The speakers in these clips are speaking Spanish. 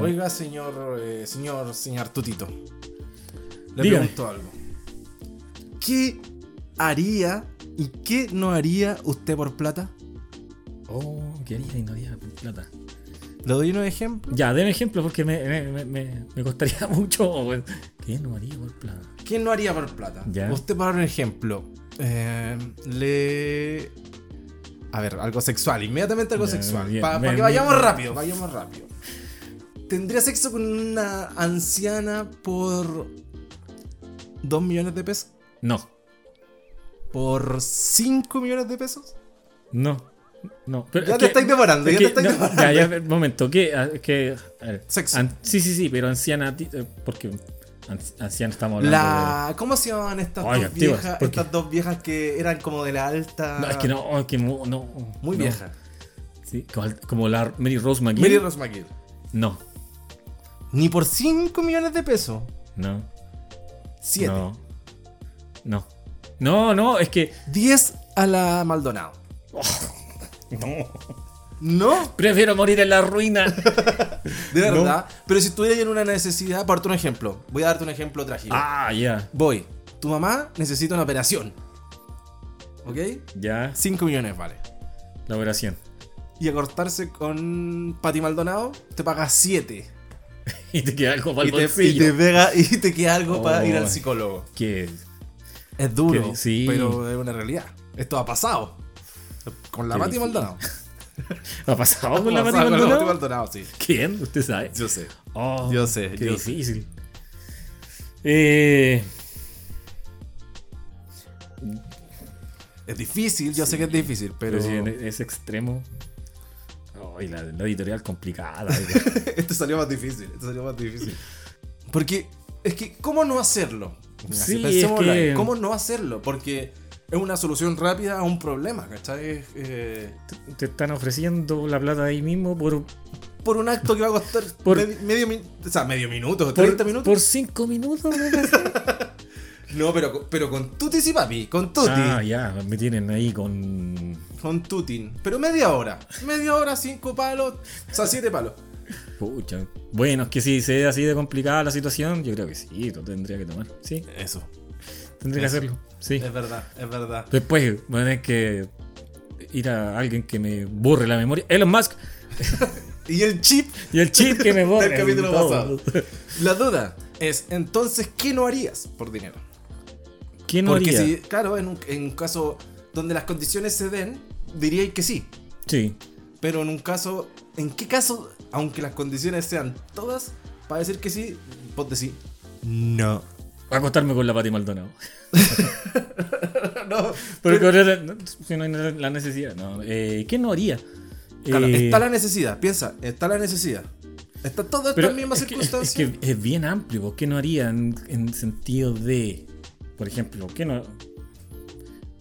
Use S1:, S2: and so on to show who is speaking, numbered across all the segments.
S1: Oiga, señor, eh, señor, señor Tutito. Le
S2: Dígame.
S1: pregunto algo. ¿Qué haría y qué no haría usted por plata?
S2: Oh, qué haría y no haría por plata.
S1: Le doy unos ejemplos.
S2: Ya, deme ejemplos porque me, me, me- me- me costaría mucho. weón. ¿Qué no haría por plata?
S1: ¿Qué no haría por plata?
S2: Ya.
S1: Usted para dar un ejemplo. eh, le. A ver, algo sexual, inmediatamente algo
S2: Ya,
S1: sexual.
S2: bien,
S1: Para
S2: bien,
S1: que
S2: bien.
S1: vayamos rápido, vayamos rápido. Tendría sexo con una anciana por. 2 millones de pesos.
S2: No,
S1: por 5 millones de pesos.
S2: no, no. Pero
S1: Ya
S2: es
S1: te
S2: que-
S1: estáis demorando,
S2: es
S1: ya te
S2: que-
S1: estáis
S2: no,
S1: demorando.
S2: Ya, ya, un momento. ¿Qué? Ah, que- a ver,
S1: Sexo.
S2: an- sí, sí, sí, pero anciana. ti- eh, Porque anci- anciana estamos hablando. de-
S1: La, ¿Cómo se llamaban estas,
S2: Ay,
S1: dos
S2: antiguas,
S1: viejas,
S2: ¿por qué?
S1: estas dos viejas que eran como de la alta?
S2: No, es que no, oh, es que mu- no.
S1: Muy
S2: no.
S1: vieja.
S2: Sí, como, como la Mary Rose McGill.
S1: Mary Rose McGill.
S2: No,
S1: Ni por 5 millones de pesos.
S2: no.
S1: 7.
S2: No. No. No, no, es que.
S1: 10 a la Maldonado.
S2: No.
S1: No,
S2: Prefiero morir en la ruina.
S1: de verdad. Pero si estuviera yo en una necesidad, por darte un ejemplo, voy a darte un ejemplo trágico.
S2: ah, ya.
S1: Voy, tu mamá necesita una operación. ¿Ok?
S2: Ya.
S1: 5 millones vale.
S2: La operación.
S1: Y acortarse con Pati Maldonado, te pagas 7.
S2: Y te queda algo para
S1: y
S2: el
S1: te, y
S2: bolsillo.
S1: te pega y te queda algo para
S2: Oh.
S1: ir al psicólogo.
S2: Que.
S1: Es duro,
S2: Que- sí.
S1: pero es una realidad. Esto ha pasado. Con la
S2: Qué
S1: Mati
S2: difícil.
S1: Maldonado.
S2: ¿Ha pasado con
S1: Ha
S2: la Mati
S1: pasado con
S2: Maldonado?
S1: Mati Maldonado, sí.
S2: ¿Quién? Usted sabe.
S1: Yo sé.
S2: Oh,
S1: Yo sé,
S2: Qué
S1: yo sé.
S2: difícil. Eh,
S1: Es difícil, yo sé que es difícil, pero.
S2: pero si en ese extremo. Ay, la, la editorial complicada. oiga.
S1: este salió más difícil. Este salió más difícil. Porque es que, ¿cómo no hacerlo? Mira,
S2: Sí, es
S1: pensémoslo ahí,
S2: que-
S1: ¿Cómo no hacerlo? Porque es una solución rápida a un problema, ¿cachai? Es, eh,
S2: Te- te están ofreciendo la plata ahí mismo por
S1: por un acto que va a costar
S2: Por-
S1: medi- medio, min- o sea, medio minuto, 30
S2: por,
S1: minutos.
S2: Por 5 minutos. ¿verdad?
S1: No, pero, pero con tutis y papi, con tuti,
S2: ah, ya, me tienen ahí con.
S1: con tutin. Pero media hora, media hora, cinco palos, o sea, siete palos.
S2: Pucha. Bueno, es que si se ve así de complicada la situación, yo creo que sí, lo tendría que tomar. Sí,
S1: Eso,
S2: tendría que
S1: Eso.
S2: hacerlo. Sí.
S1: es verdad, es verdad.
S2: Después voy a tener que ir a alguien que me borre la memoria. Elon Musk
S1: Y el chip,
S2: y el chip que me borre.
S1: Del capítulo
S2: todo.
S1: la duda es, entonces, ¿qué no harías por dinero?
S2: ¿Quién no
S1: Porque
S2: haría?
S1: si, claro, en un, en un caso donde las condiciones se den, diríais que sí.
S2: Sí.
S1: Pero en un caso, ¿en qué caso, aunque las condiciones sean todas, para decir que sí, vos decís, no.
S2: Acostarme con la Pati Maldonado.
S1: no
S2: Pero que ahora no- si no hay la necesidad. No. Eh, ¿Qué no haría?
S1: Claro,
S2: Eh,
S1: está la necesidad, piensa, está la necesidad. Está todas
S2: Pero
S1: estas mismas
S2: es que-
S1: circunstancias.
S2: Es que es bien amplio, ¿qué no haría en, en sentido de, por ejemplo, qué no,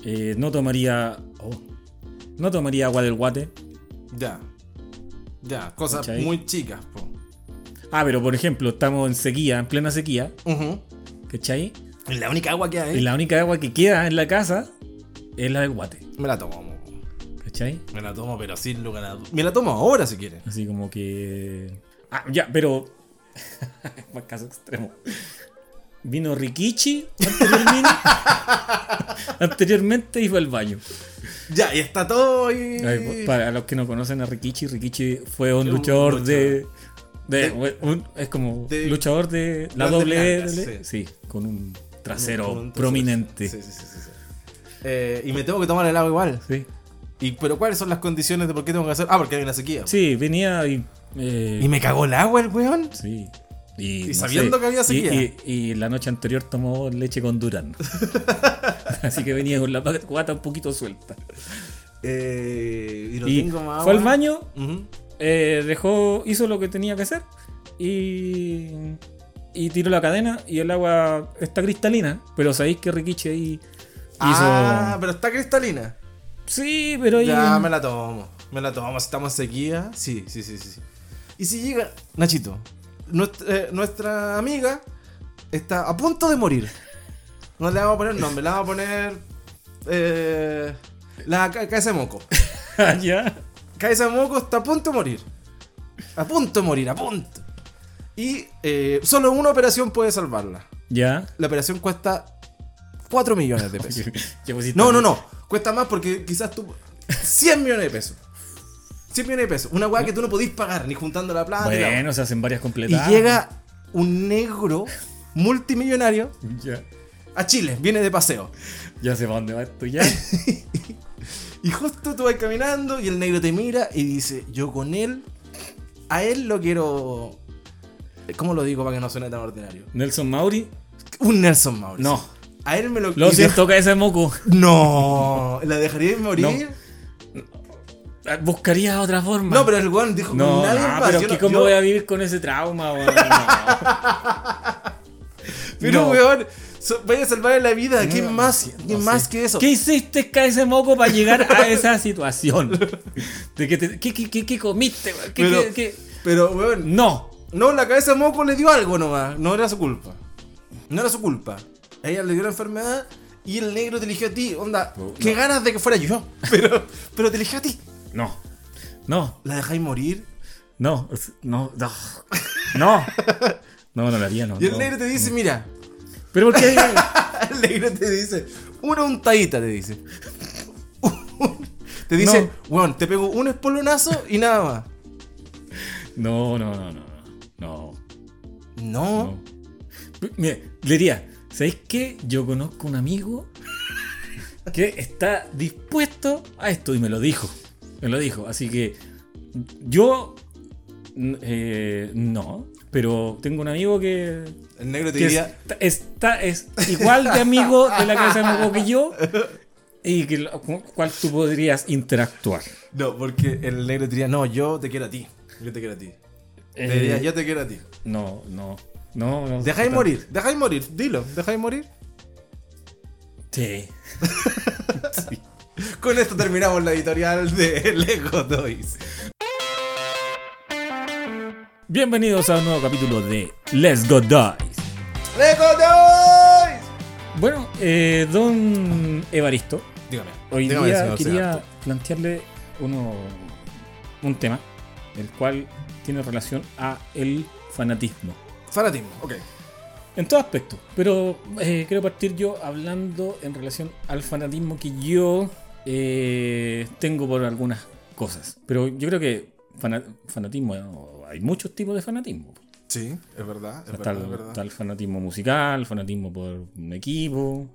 S2: eh, no tomaría, oh, no tomaría agua del guate?
S1: Ya. Ya, cosas
S2: ¿Cachai?
S1: muy chicas, po.
S2: Ah, pero por ejemplo, estamos en sequía, en plena sequía,
S1: Ujú.
S2: ¿cachai?
S1: Y La única agua que hay,
S2: Y la única agua que queda en la casa es la del guate,
S1: me la tomo. po.
S2: ¿cachai?
S1: Me la tomo, pero sin lugar a dudas. Me la tomo ahora si quieres.
S2: Así como que... Ah, ya, pero... más caso extremo. Vino Rikichi anteriormente, anteriormente y fue al baño.
S1: Ya, y está todo y.
S2: Ay, pues, Para los que no conocen a Rikichi, Rikichi fue un
S1: Un
S2: luchador de. de-
S1: De-
S2: un- es como
S1: de-
S2: luchador de la
S1: Las
S2: doble
S1: blancas,
S2: sí. con un trasero
S1: Con un trasero.
S2: prominente.
S1: Sí, sí, sí. sí, sí. Eh, y me tengo que tomar el agua igual.
S2: Sí.
S1: Y, pero ¿cuáles son las condiciones de por qué tengo que hacer? Ah, porque hay una sequía. po.
S2: Sí, venía y. eh,
S1: Y me cagó el agua el weón.
S2: sí. Y,
S1: Y sabiendo que había
S2: y-
S1: sequía.
S2: Y, y la noche anterior tomó leche con Durán. Así que venía con la guata un poquito suelta.
S1: Eh, y no
S2: y
S1: tengo más
S2: fue al
S1: agua.
S2: baño,
S1: Ujú.
S2: eh, dejó, hizo lo que tenía que hacer y, y tiró la cadena y el agua está cristalina, pero sabéis que Rikichi ahí hizo...
S1: Ah, pero está cristalina.
S2: Sí, pero ahí...
S1: Ya me la tomo. Me la tomo. Si estamos en sequía. Sí, sí, sí, sí. sí. Y si llega. Nachito, nuestra, eh, nuestra amiga está a punto de morir. No le vamos a poner nombre, le vamos a poner. eh, la ca- cabeza de moco.
S2: Ah, ya.
S1: Cabeza de moco está a punto de morir. A punto de morir, a punto. Y eh, solo una operación puede salvarla.
S2: ¿Ya?
S1: La operación cuesta 4 millones de pesos.
S2: Ya pusiste-
S1: No, no, no. Cuesta más porque quizás tú. 100 millones de pesos. 100 millones de pesos. Una weá que tú no podís pagar ni juntando la plata. ni la-
S2: Bueno, se hacen varias
S1: Ah, Y
S2: completadas.
S1: llega un negro multimillonario
S2: Ya,
S1: a Chile. Viene de paseo.
S2: ya sé para dónde va esto, ya.
S1: Y justo tú vas caminando y el negro te mira y dice: Yo con él. A él lo quiero. ¿Cómo lo digo para que no suene tan ordinario?
S2: Nelson Mauri.
S1: Un Nelson Mauricio.
S2: No.
S1: A él me lo
S2: Lo
S1: y-
S2: siento, cae ese moco.
S1: No. ¿La dejaríais morir?
S2: Ah, Buscaría otra forma.
S1: No, pero el weón dijo:
S2: No,
S1: nadie
S2: ah,
S1: más.
S2: pero
S1: Yo
S2: que
S1: no-
S2: cómo
S1: yo-
S2: voy a vivir con ese trauma, weón. No.
S1: Pero,
S2: No.
S1: weón, so- vaya a salvar la vida. ¿Qué
S2: No,
S1: más,
S2: sí,
S1: qué
S2: no
S1: más
S2: sé.
S1: que eso?
S2: ¿Qué hiciste, cae ese moco, para llegar a esa situación? De que te- ¿qué, qué, qué- qué comiste, weón? ¿Qué-
S1: pero,
S2: qué- qué?
S1: pero, weón,
S2: No.
S1: no, la cabeza de Moco le dio algo nomás. No era su culpa. No era su culpa. A ella le dio la enfermedad y el negro te eligió a ti. Onda,
S2: Oh, No.
S1: qué ganas de que fuera yo. Pero, pero te eligió a ti.
S2: No. No.
S1: ¿La dejáis morir?
S2: No, es- no, no, no, no, no lo haría, no.
S1: Y el
S2: no.
S1: negro te dice, mira.
S2: Pero ¿por qué?
S1: El negro te dice, una untadita, te dice. te dice,
S2: No.
S1: weón, te pego un espolonazo y nada más.
S2: No, no, no, no, no,
S1: No.
S2: no. Mire, le diría, ¿sabéis qué? Yo conozco un amigo que está dispuesto a esto y me lo dijo, me lo dijo. Así que yo, n- eh, no, pero tengo un amigo que,
S1: El negro te
S2: que
S1: diría,
S2: está, está- es igual de amigo de la cabeza de moco que yo y que, lo- con cual tú podrías interactuar.
S1: No, porque el negro diría, no, yo te quiero a ti. Yo te quiero a ti. Te
S2: Eh,
S1: diría, yo te quiero a ti.
S2: No, no, no. no
S1: Dejáis
S2: Puta.
S1: morir, dejáis morir, dilo, dejáis morir.
S2: Sí.
S1: Con esto terminamos la editorial de Lego Toys.
S2: Bienvenidos a un nuevo capítulo de Let's Go Dice.
S1: ¡Lego Toys!
S2: Bueno, eh, don Evaristo,
S1: Dígame.
S2: hoy
S1: dígame,
S2: día
S1: señor
S2: quería
S1: Segarto.
S2: plantearle uno, un tema, el cual tiene relación a el fanatismo.
S1: Fanatismo, ok.
S2: En todo aspecto, pero eh, quiero partir yo hablando en relación al fanatismo que yo eh, tengo por algunas cosas. Pero yo creo que fana- fanatismo, eh, hay muchos tipos de fanatismo.
S1: Sí, es verdad, es
S2: Está
S1: verdad,
S2: el,
S1: es verdad.
S2: está el fanatismo musical, fanatismo por un equipo,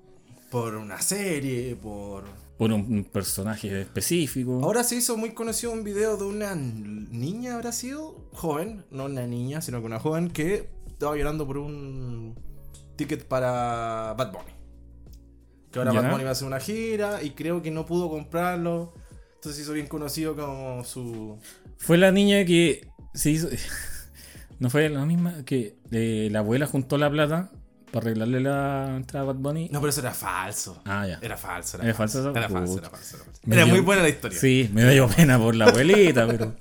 S1: Por una serie, por...
S2: por un un personaje específico.
S1: Ahora se hizo muy conocido un video de una niña, habrá sido joven, no una niña, sino que una joven que estaba llorando por un ticket para Bad Bunny. Que ahora
S2: Ya.
S1: Bad Bunny va a hacer una gira y creo que no pudo comprarlo. Entonces se hizo bien conocido como su.
S2: Fue la niña que se hizo. no fue la misma que eh, la abuela juntó la plata para arreglarle la entrada a Bad Bunny.
S1: No, pero eso era falso.
S2: Ah, ya.
S1: Era falso, era,
S2: Era
S1: falso.
S2: falso, eso.
S1: Era falso,
S2: Puta.
S1: era falso. era falso.
S2: Me
S1: Era
S2: dio-
S1: muy buena la historia.
S2: Sí, me dio pena por la abuelita, pero.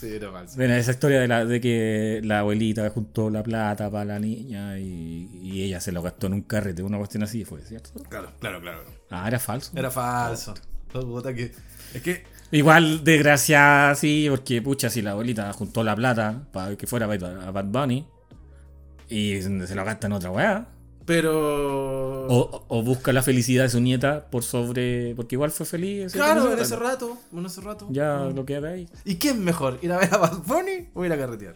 S1: Sí, era falso.
S2: Bueno, esa historia de, la, de que la abuelita juntó la plata para la niña y, y ella se lo gastó en un carrete, una cuestión así, fue, ¿cierto?
S1: Claro, claro, claro.
S2: Ah, era falso.
S1: Era falso. Puta que- Es que
S2: Igual, desgracia, sí, porque pucha, si la abuelita juntó la plata para que fuera a ver a Bad Bunny y se lo gasta en otra weá.
S1: Pero.
S2: O, o busca la felicidad de su nieta por sobre. Porque igual fue feliz. ese-
S1: Claro, en
S2: ese rato.
S1: ese rato. En ese rato.
S2: Ya lo que haga ahí.
S1: ¿Y qué es mejor? ¿Ir a ver a Bad Bunny o ir a carretear?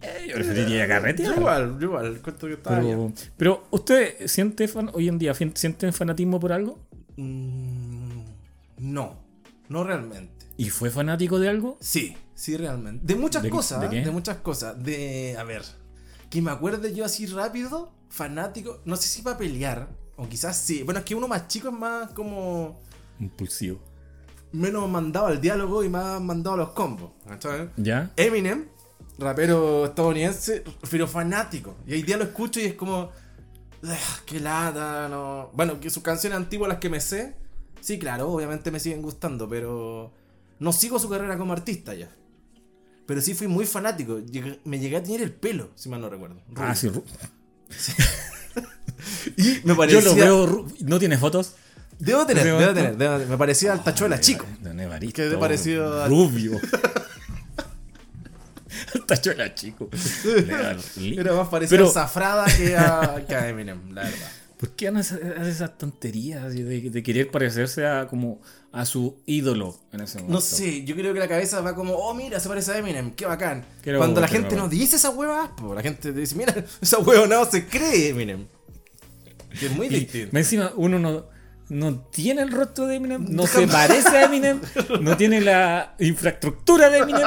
S2: Eh, yo preferiría
S1: Yo
S2: carretear.
S1: igual, yo igual, cuento que estaba bien.
S2: Pero, pero ¿usted siente fan- hoy en día fien- sienten fanatismo por algo?
S1: Mm, no, no realmente.
S2: ¿Y fue fanático de algo?
S1: Sí, sí realmente. De muchas
S2: ¿De qué-
S1: cosas,
S2: de qué?
S1: de muchas cosas. De, a ver, que me acuerde yo así rápido, fanático, no sé si para pelear, o quizás sí. Bueno, es que uno más chico es más como...
S2: Impulsivo.
S1: Menos mandado al diálogo y más mandado a los combos. ¿cachai?
S2: ¿Ya?
S1: Eminem, rapero estadounidense, pero fanático. Y hoy día lo escucho y es como. "Ah, ¡Qué lata! No. Bueno, que sus canciones antiguas, las que me sé, sí, claro, obviamente me siguen gustando, pero. No sigo su carrera como artista ya. Pero sí fui muy fanático. Llegué- me llegué a tener el pelo, si mal no recuerdo.
S2: Ah, sí. ru-
S1: Y me parecía.
S2: Yo lo veo. ru- ¿No tiene fotos?
S1: Debo tener,
S2: Veo-
S1: debo tener, debo tener. Me parecía al tachuela, chico.
S2: Don Evaristo.
S1: ¿Qué te pareció a-
S2: Rubio. Tachuela chico. Le-
S1: Era más parecida
S2: Pero-
S1: a Zafrada que a, que a Eminem, la verdad.
S2: ¿Por qué han esa- hacen esas tonterías así de, de querer parecerse a como a su ídolo en ese momento?
S1: No sé, yo creo que la cabeza va como, oh mira, se parece a Eminem, qué bacán.
S2: Qué
S1: Cuando la
S2: bacán,
S1: gente
S2: qué
S1: no
S2: bacán.
S1: dice esa hueva, pues la gente dice, mira, esa hueva no se cree Eminem. Que es muy
S2: Y
S1: distinto.
S2: más encima uno no, no tiene el rostro de Eminem, no se
S1: Jamás.
S2: parece a Eminem, no tiene la infraestructura de Eminem.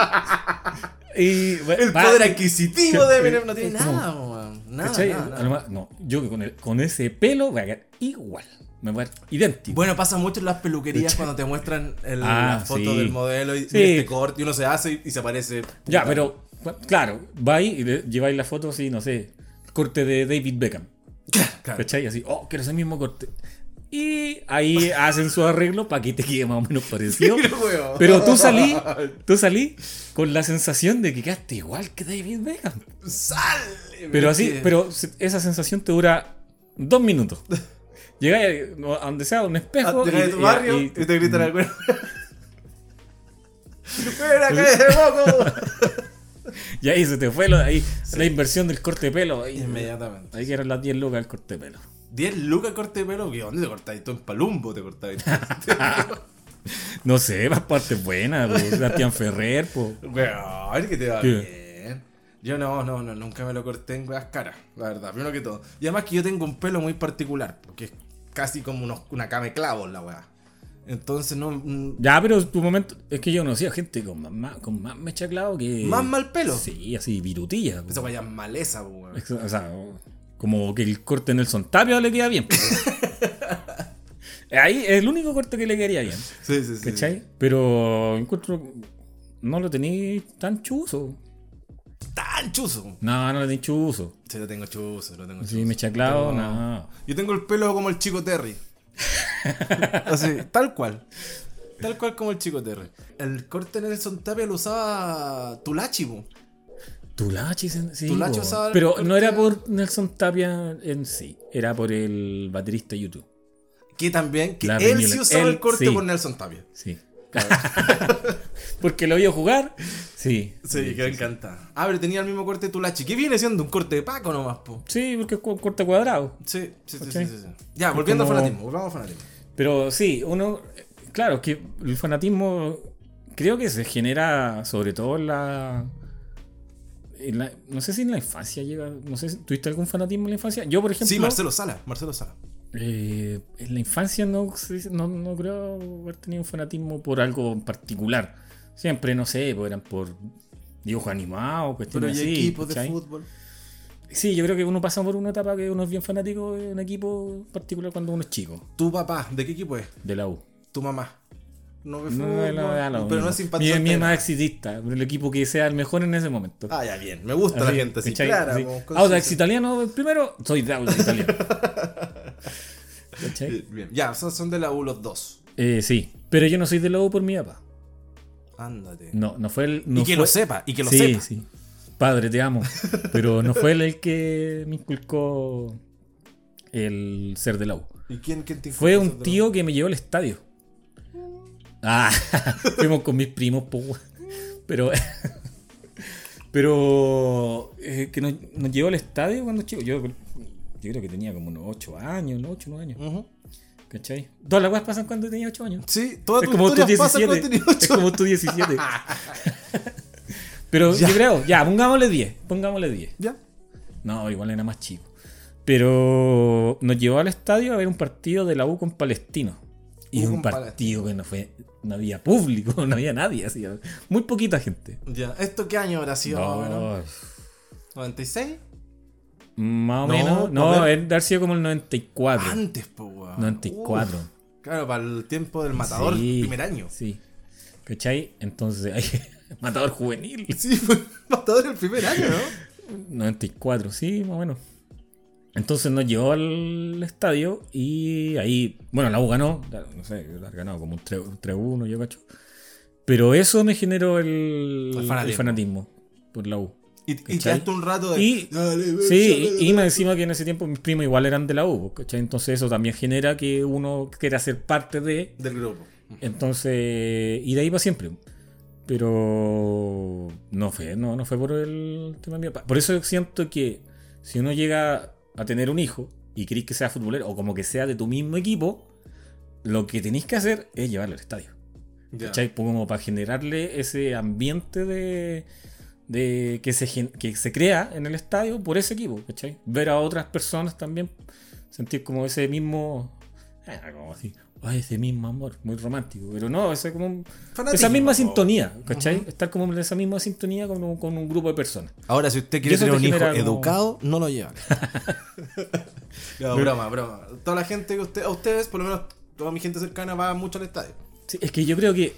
S2: Y, bueno,
S1: El
S2: va-
S1: poder adquisitivo de Eminem no tiene
S2: Es como-
S1: nada, weón. Nada,
S2: ¿cachai?
S1: nada, nada.
S2: A lo más- No, yo que con, el- con ese pelo voy a quedar igual, me voy a quedar idéntico.
S1: Bueno, pasa mucho en las peluquerías cuando te muestran el-
S2: Ah,
S1: la foto
S2: sí.
S1: del modelo y,
S2: Sí.
S1: y este corte, y uno se hace y, y se aparece.
S2: ya, pero bueno, claro, vais y le- lleváis la foto así, no sé, corte de David Beckham.
S1: Claro.
S2: ¿Cachai? Así, oh, quiero ese mismo corte. Y ahí hacen su arreglo para que te quede más o menos parecido.
S1: Mira, weón.
S2: Pero tú salí, tú salí con la sensación de que quedaste igual que David Beckham.
S1: ¡Sal!
S2: Pero así,
S1: que-
S2: pero se- esa sensación te dura dos minutos. Llegáis a a donde sea, a un
S1: Ah,
S2: espejo.
S1: te caes de tu barrio y,
S2: y- mm.
S1: te gritan al cuerpo. ¡Fuera, cae de moco!
S2: y ahí se te fue lo- ahí, la inversión del corte de pelo. Ahí,
S1: Inmediatamente.
S2: Ahí que eran las 10 lucas del corte de pelo.
S1: 10 lucas corte de pelo, ¿qué? ¿Dónde te cortáis? Tú en Palumbo te cortáis. este
S2: No sé, las partes buenas, pues, Sebastián Ferrer, pues.
S1: Weón, que te va
S2: ¿Qué?
S1: bien. Yo no, no, no, nunca me lo corté en weas caras, la verdad, primero que todo. Y además que yo tengo un pelo muy particular, porque es casi como unos- una cama de clavos la wea. Entonces no. mm,
S2: Ya, pero tu momento. Es que yo conocía gente con más, más- con más mecha clavo que.
S1: ¿Más mal pelo?
S2: Sí, así, virutilla.
S1: Esa wea ya es maleza, po, weón.
S2: Ex- O sea, como que el corte en el Tapia le queda bien. Ahí es el único corte que le quedaría bien.
S1: Sí, sí, sí.
S2: ¿Cachai? Pero encuentro. No lo tenéis tan chuzo.
S1: Tan chuzo.
S2: No, no lo tenéis chuzo.
S1: Sí, lo tengo chuzo, lo tengo chuzo.
S2: Sí, me chaclado,
S1: Pero-
S2: no.
S1: Yo tengo el pelo como el chico Terry. Así, tal cual. Tal cual como el chico Terry. El corte Nelson Tapia lo usaba Tulachi, po.
S2: Tulachi, se- sí.
S1: Tulachi
S2: po.
S1: usaba el
S2: Pero no era
S1: corte-
S2: por Nelson Tapia en sí, era por el baterista YouTube.
S1: Que también, que
S2: La
S1: él
S2: riñola.
S1: sí usaba
S2: Él
S1: el corte
S2: sí.
S1: por Nelson Tapia.
S2: Sí. Porque lo vio jugar. Sí.
S1: Sí, que me encanta. Ah, pero tenía el mismo corte Tulachi. Que viene siendo un corte de Paco nomás, po.
S2: Sí, porque es cu- corte cuadrado.
S1: Sí, sí, sí,
S2: Ok.
S1: sí, sí, sí. Ya, volviendo
S2: como-
S1: al fanatismo, volvamos al fanatismo.
S2: Pero sí, uno. Claro, es que el fanatismo. Creo que se genera sobre todo en la. en la- no sé si en la infancia llega. No sé si tuviste algún fanatismo en la infancia. Yo, por ejemplo.
S1: Sí, Marcelo Sala, Marcelo Sala.
S2: eh, en la infancia no, sé- no, no creo haber tenido un fanatismo por algo en particular. Siempre, no sé, pues eran por dibujos
S1: Pero
S2: animados, cuestiones
S1: hay
S2: así.
S1: equipos de
S2: ¿cachai?
S1: fútbol.
S2: Sí, yo creo que uno pasa por una etapa que uno es bien fanático de un equipo particular cuando uno es chico,
S1: Tu papá, ¿de qué equipo es?
S2: de la U.
S1: Tu mamá. No ve
S2: No,
S1: fútbol,
S2: no, no, no,
S1: pero no
S2: no.
S1: es simpatizante.
S2: Mi, mi
S1: de
S2: es más exitista, pero el equipo que sea el mejor en ese momento.
S1: Ah, ya, bien. Me gusta la gente así,
S2: ¿cachai? Ah,
S1: clara.
S2: Así,
S1: como con-
S2: Audax italiano primero, soy de Audax italiano. ¿Cachai?
S1: Bien. Ya, son, son de la U los dos.
S2: Eh, sí, pero yo no soy de la U por mi papá.
S1: Ándate.
S2: No, no fue el. no
S1: y que
S2: fue-
S1: lo sepa, y que lo
S2: sí,
S1: sepa.
S2: sí. Padre, te amo. Pero no fue él el que me inculcó el ser de la U.
S1: ¿Y quién, quién te
S2: Fue
S1: inculcó
S2: un
S1: eso?
S2: tío que me llevó al estadio. Ah, fuimos con mis primos, po, weón. pero. Pero. eh, que nos, nos llevó al estadio cuando chico. Yo, yo creo que tenía como unos 8 años, ¿no? 8, 9 años.
S1: Ujú.
S2: ¿Cachai? Todas las weas pasan cuando tenía 8 años.
S1: Sí, toda
S2: Es
S1: tu
S2: como tu
S1: historia pasa cuando
S2: 17.
S1: tenías
S2: Es
S1: ocho.
S2: como tu 17. Pero
S1: Ya.
S2: yo creo, ya, pongámosle 10. Pongámosle 10.
S1: Ya.
S2: No, igual era más chico. Pero nos llevó al estadio a ver un partido de la U con Palestino. Y
S1: U
S2: un
S1: con Palestino.
S2: partido que no fue. No había público, no había nadie. Así, muy poquita gente.
S1: Ya. ¿Esto qué año habrá sido? más o menos?
S2: No,
S1: ¿96?
S2: más
S1: No,
S2: o menos.
S1: a
S2: No,
S1: ver.
S2: es de haber sido como el 94.
S1: Antes, po, weón.
S2: 94.
S1: Uf. Claro, para el tiempo del matador,
S2: Sí,
S1: primer año.
S2: Sí. ¿Cachai? Entonces, ahí- matador juvenil.
S1: Sí, fue el matador el primer año, ¿no?
S2: 94, sí, más o menos. Entonces nos llevó al estadio y ahí, bueno, la U ganó, la- no sé, la ha ganado como un tre- un 3-1, yo cacho. Pero eso me generó el,
S1: El
S2: el
S1: fanatismo.
S2: fanatismo. por la U.
S1: Y, y
S2: ¿Cachai?
S1: quedaste un rato de.
S2: Y-
S1: Dale, ven,
S2: Sí,
S1: dale,
S2: y, y
S1: dale.
S2: me encima que en ese tiempo mis primos igual eran de la U, ¿cachai? Entonces eso también genera que uno quiera ser parte de.
S1: Del grupo.
S2: Entonces, y de ahí para siempre. Pero no, No fue, no, no fue por el tema de mi papá. Por eso siento que si uno llega a tener un hijo y querés que sea futbolero o como que sea de tu mismo equipo, lo que tenéis que hacer es llevarlo al estadio.
S1: Ya.
S2: ¿Cachai? Pues Como para generarle ese ambiente de, de que, se, gen- que se crea en el estadio por ese equipo, ¿cachai? Ver a otras personas también, sentir como ese mismo, ah, como así, ay, ese mismo amor, muy romántico, pero no, ese como un-
S1: Fanatismo,
S2: esa misma
S1: po.
S2: sintonía, ¿cachai? Estar como en esa misma sintonía con un, con un grupo de personas.
S1: Ahora, si usted quiere
S2: eso
S1: tener
S2: te
S1: un hijo
S2: genera como-
S1: educado, no lo lleva. no, broma, broma. Toda la gente, que usted, a ustedes, por lo menos toda mi gente cercana, va mucho al estadio.
S2: Sí, es que yo creo que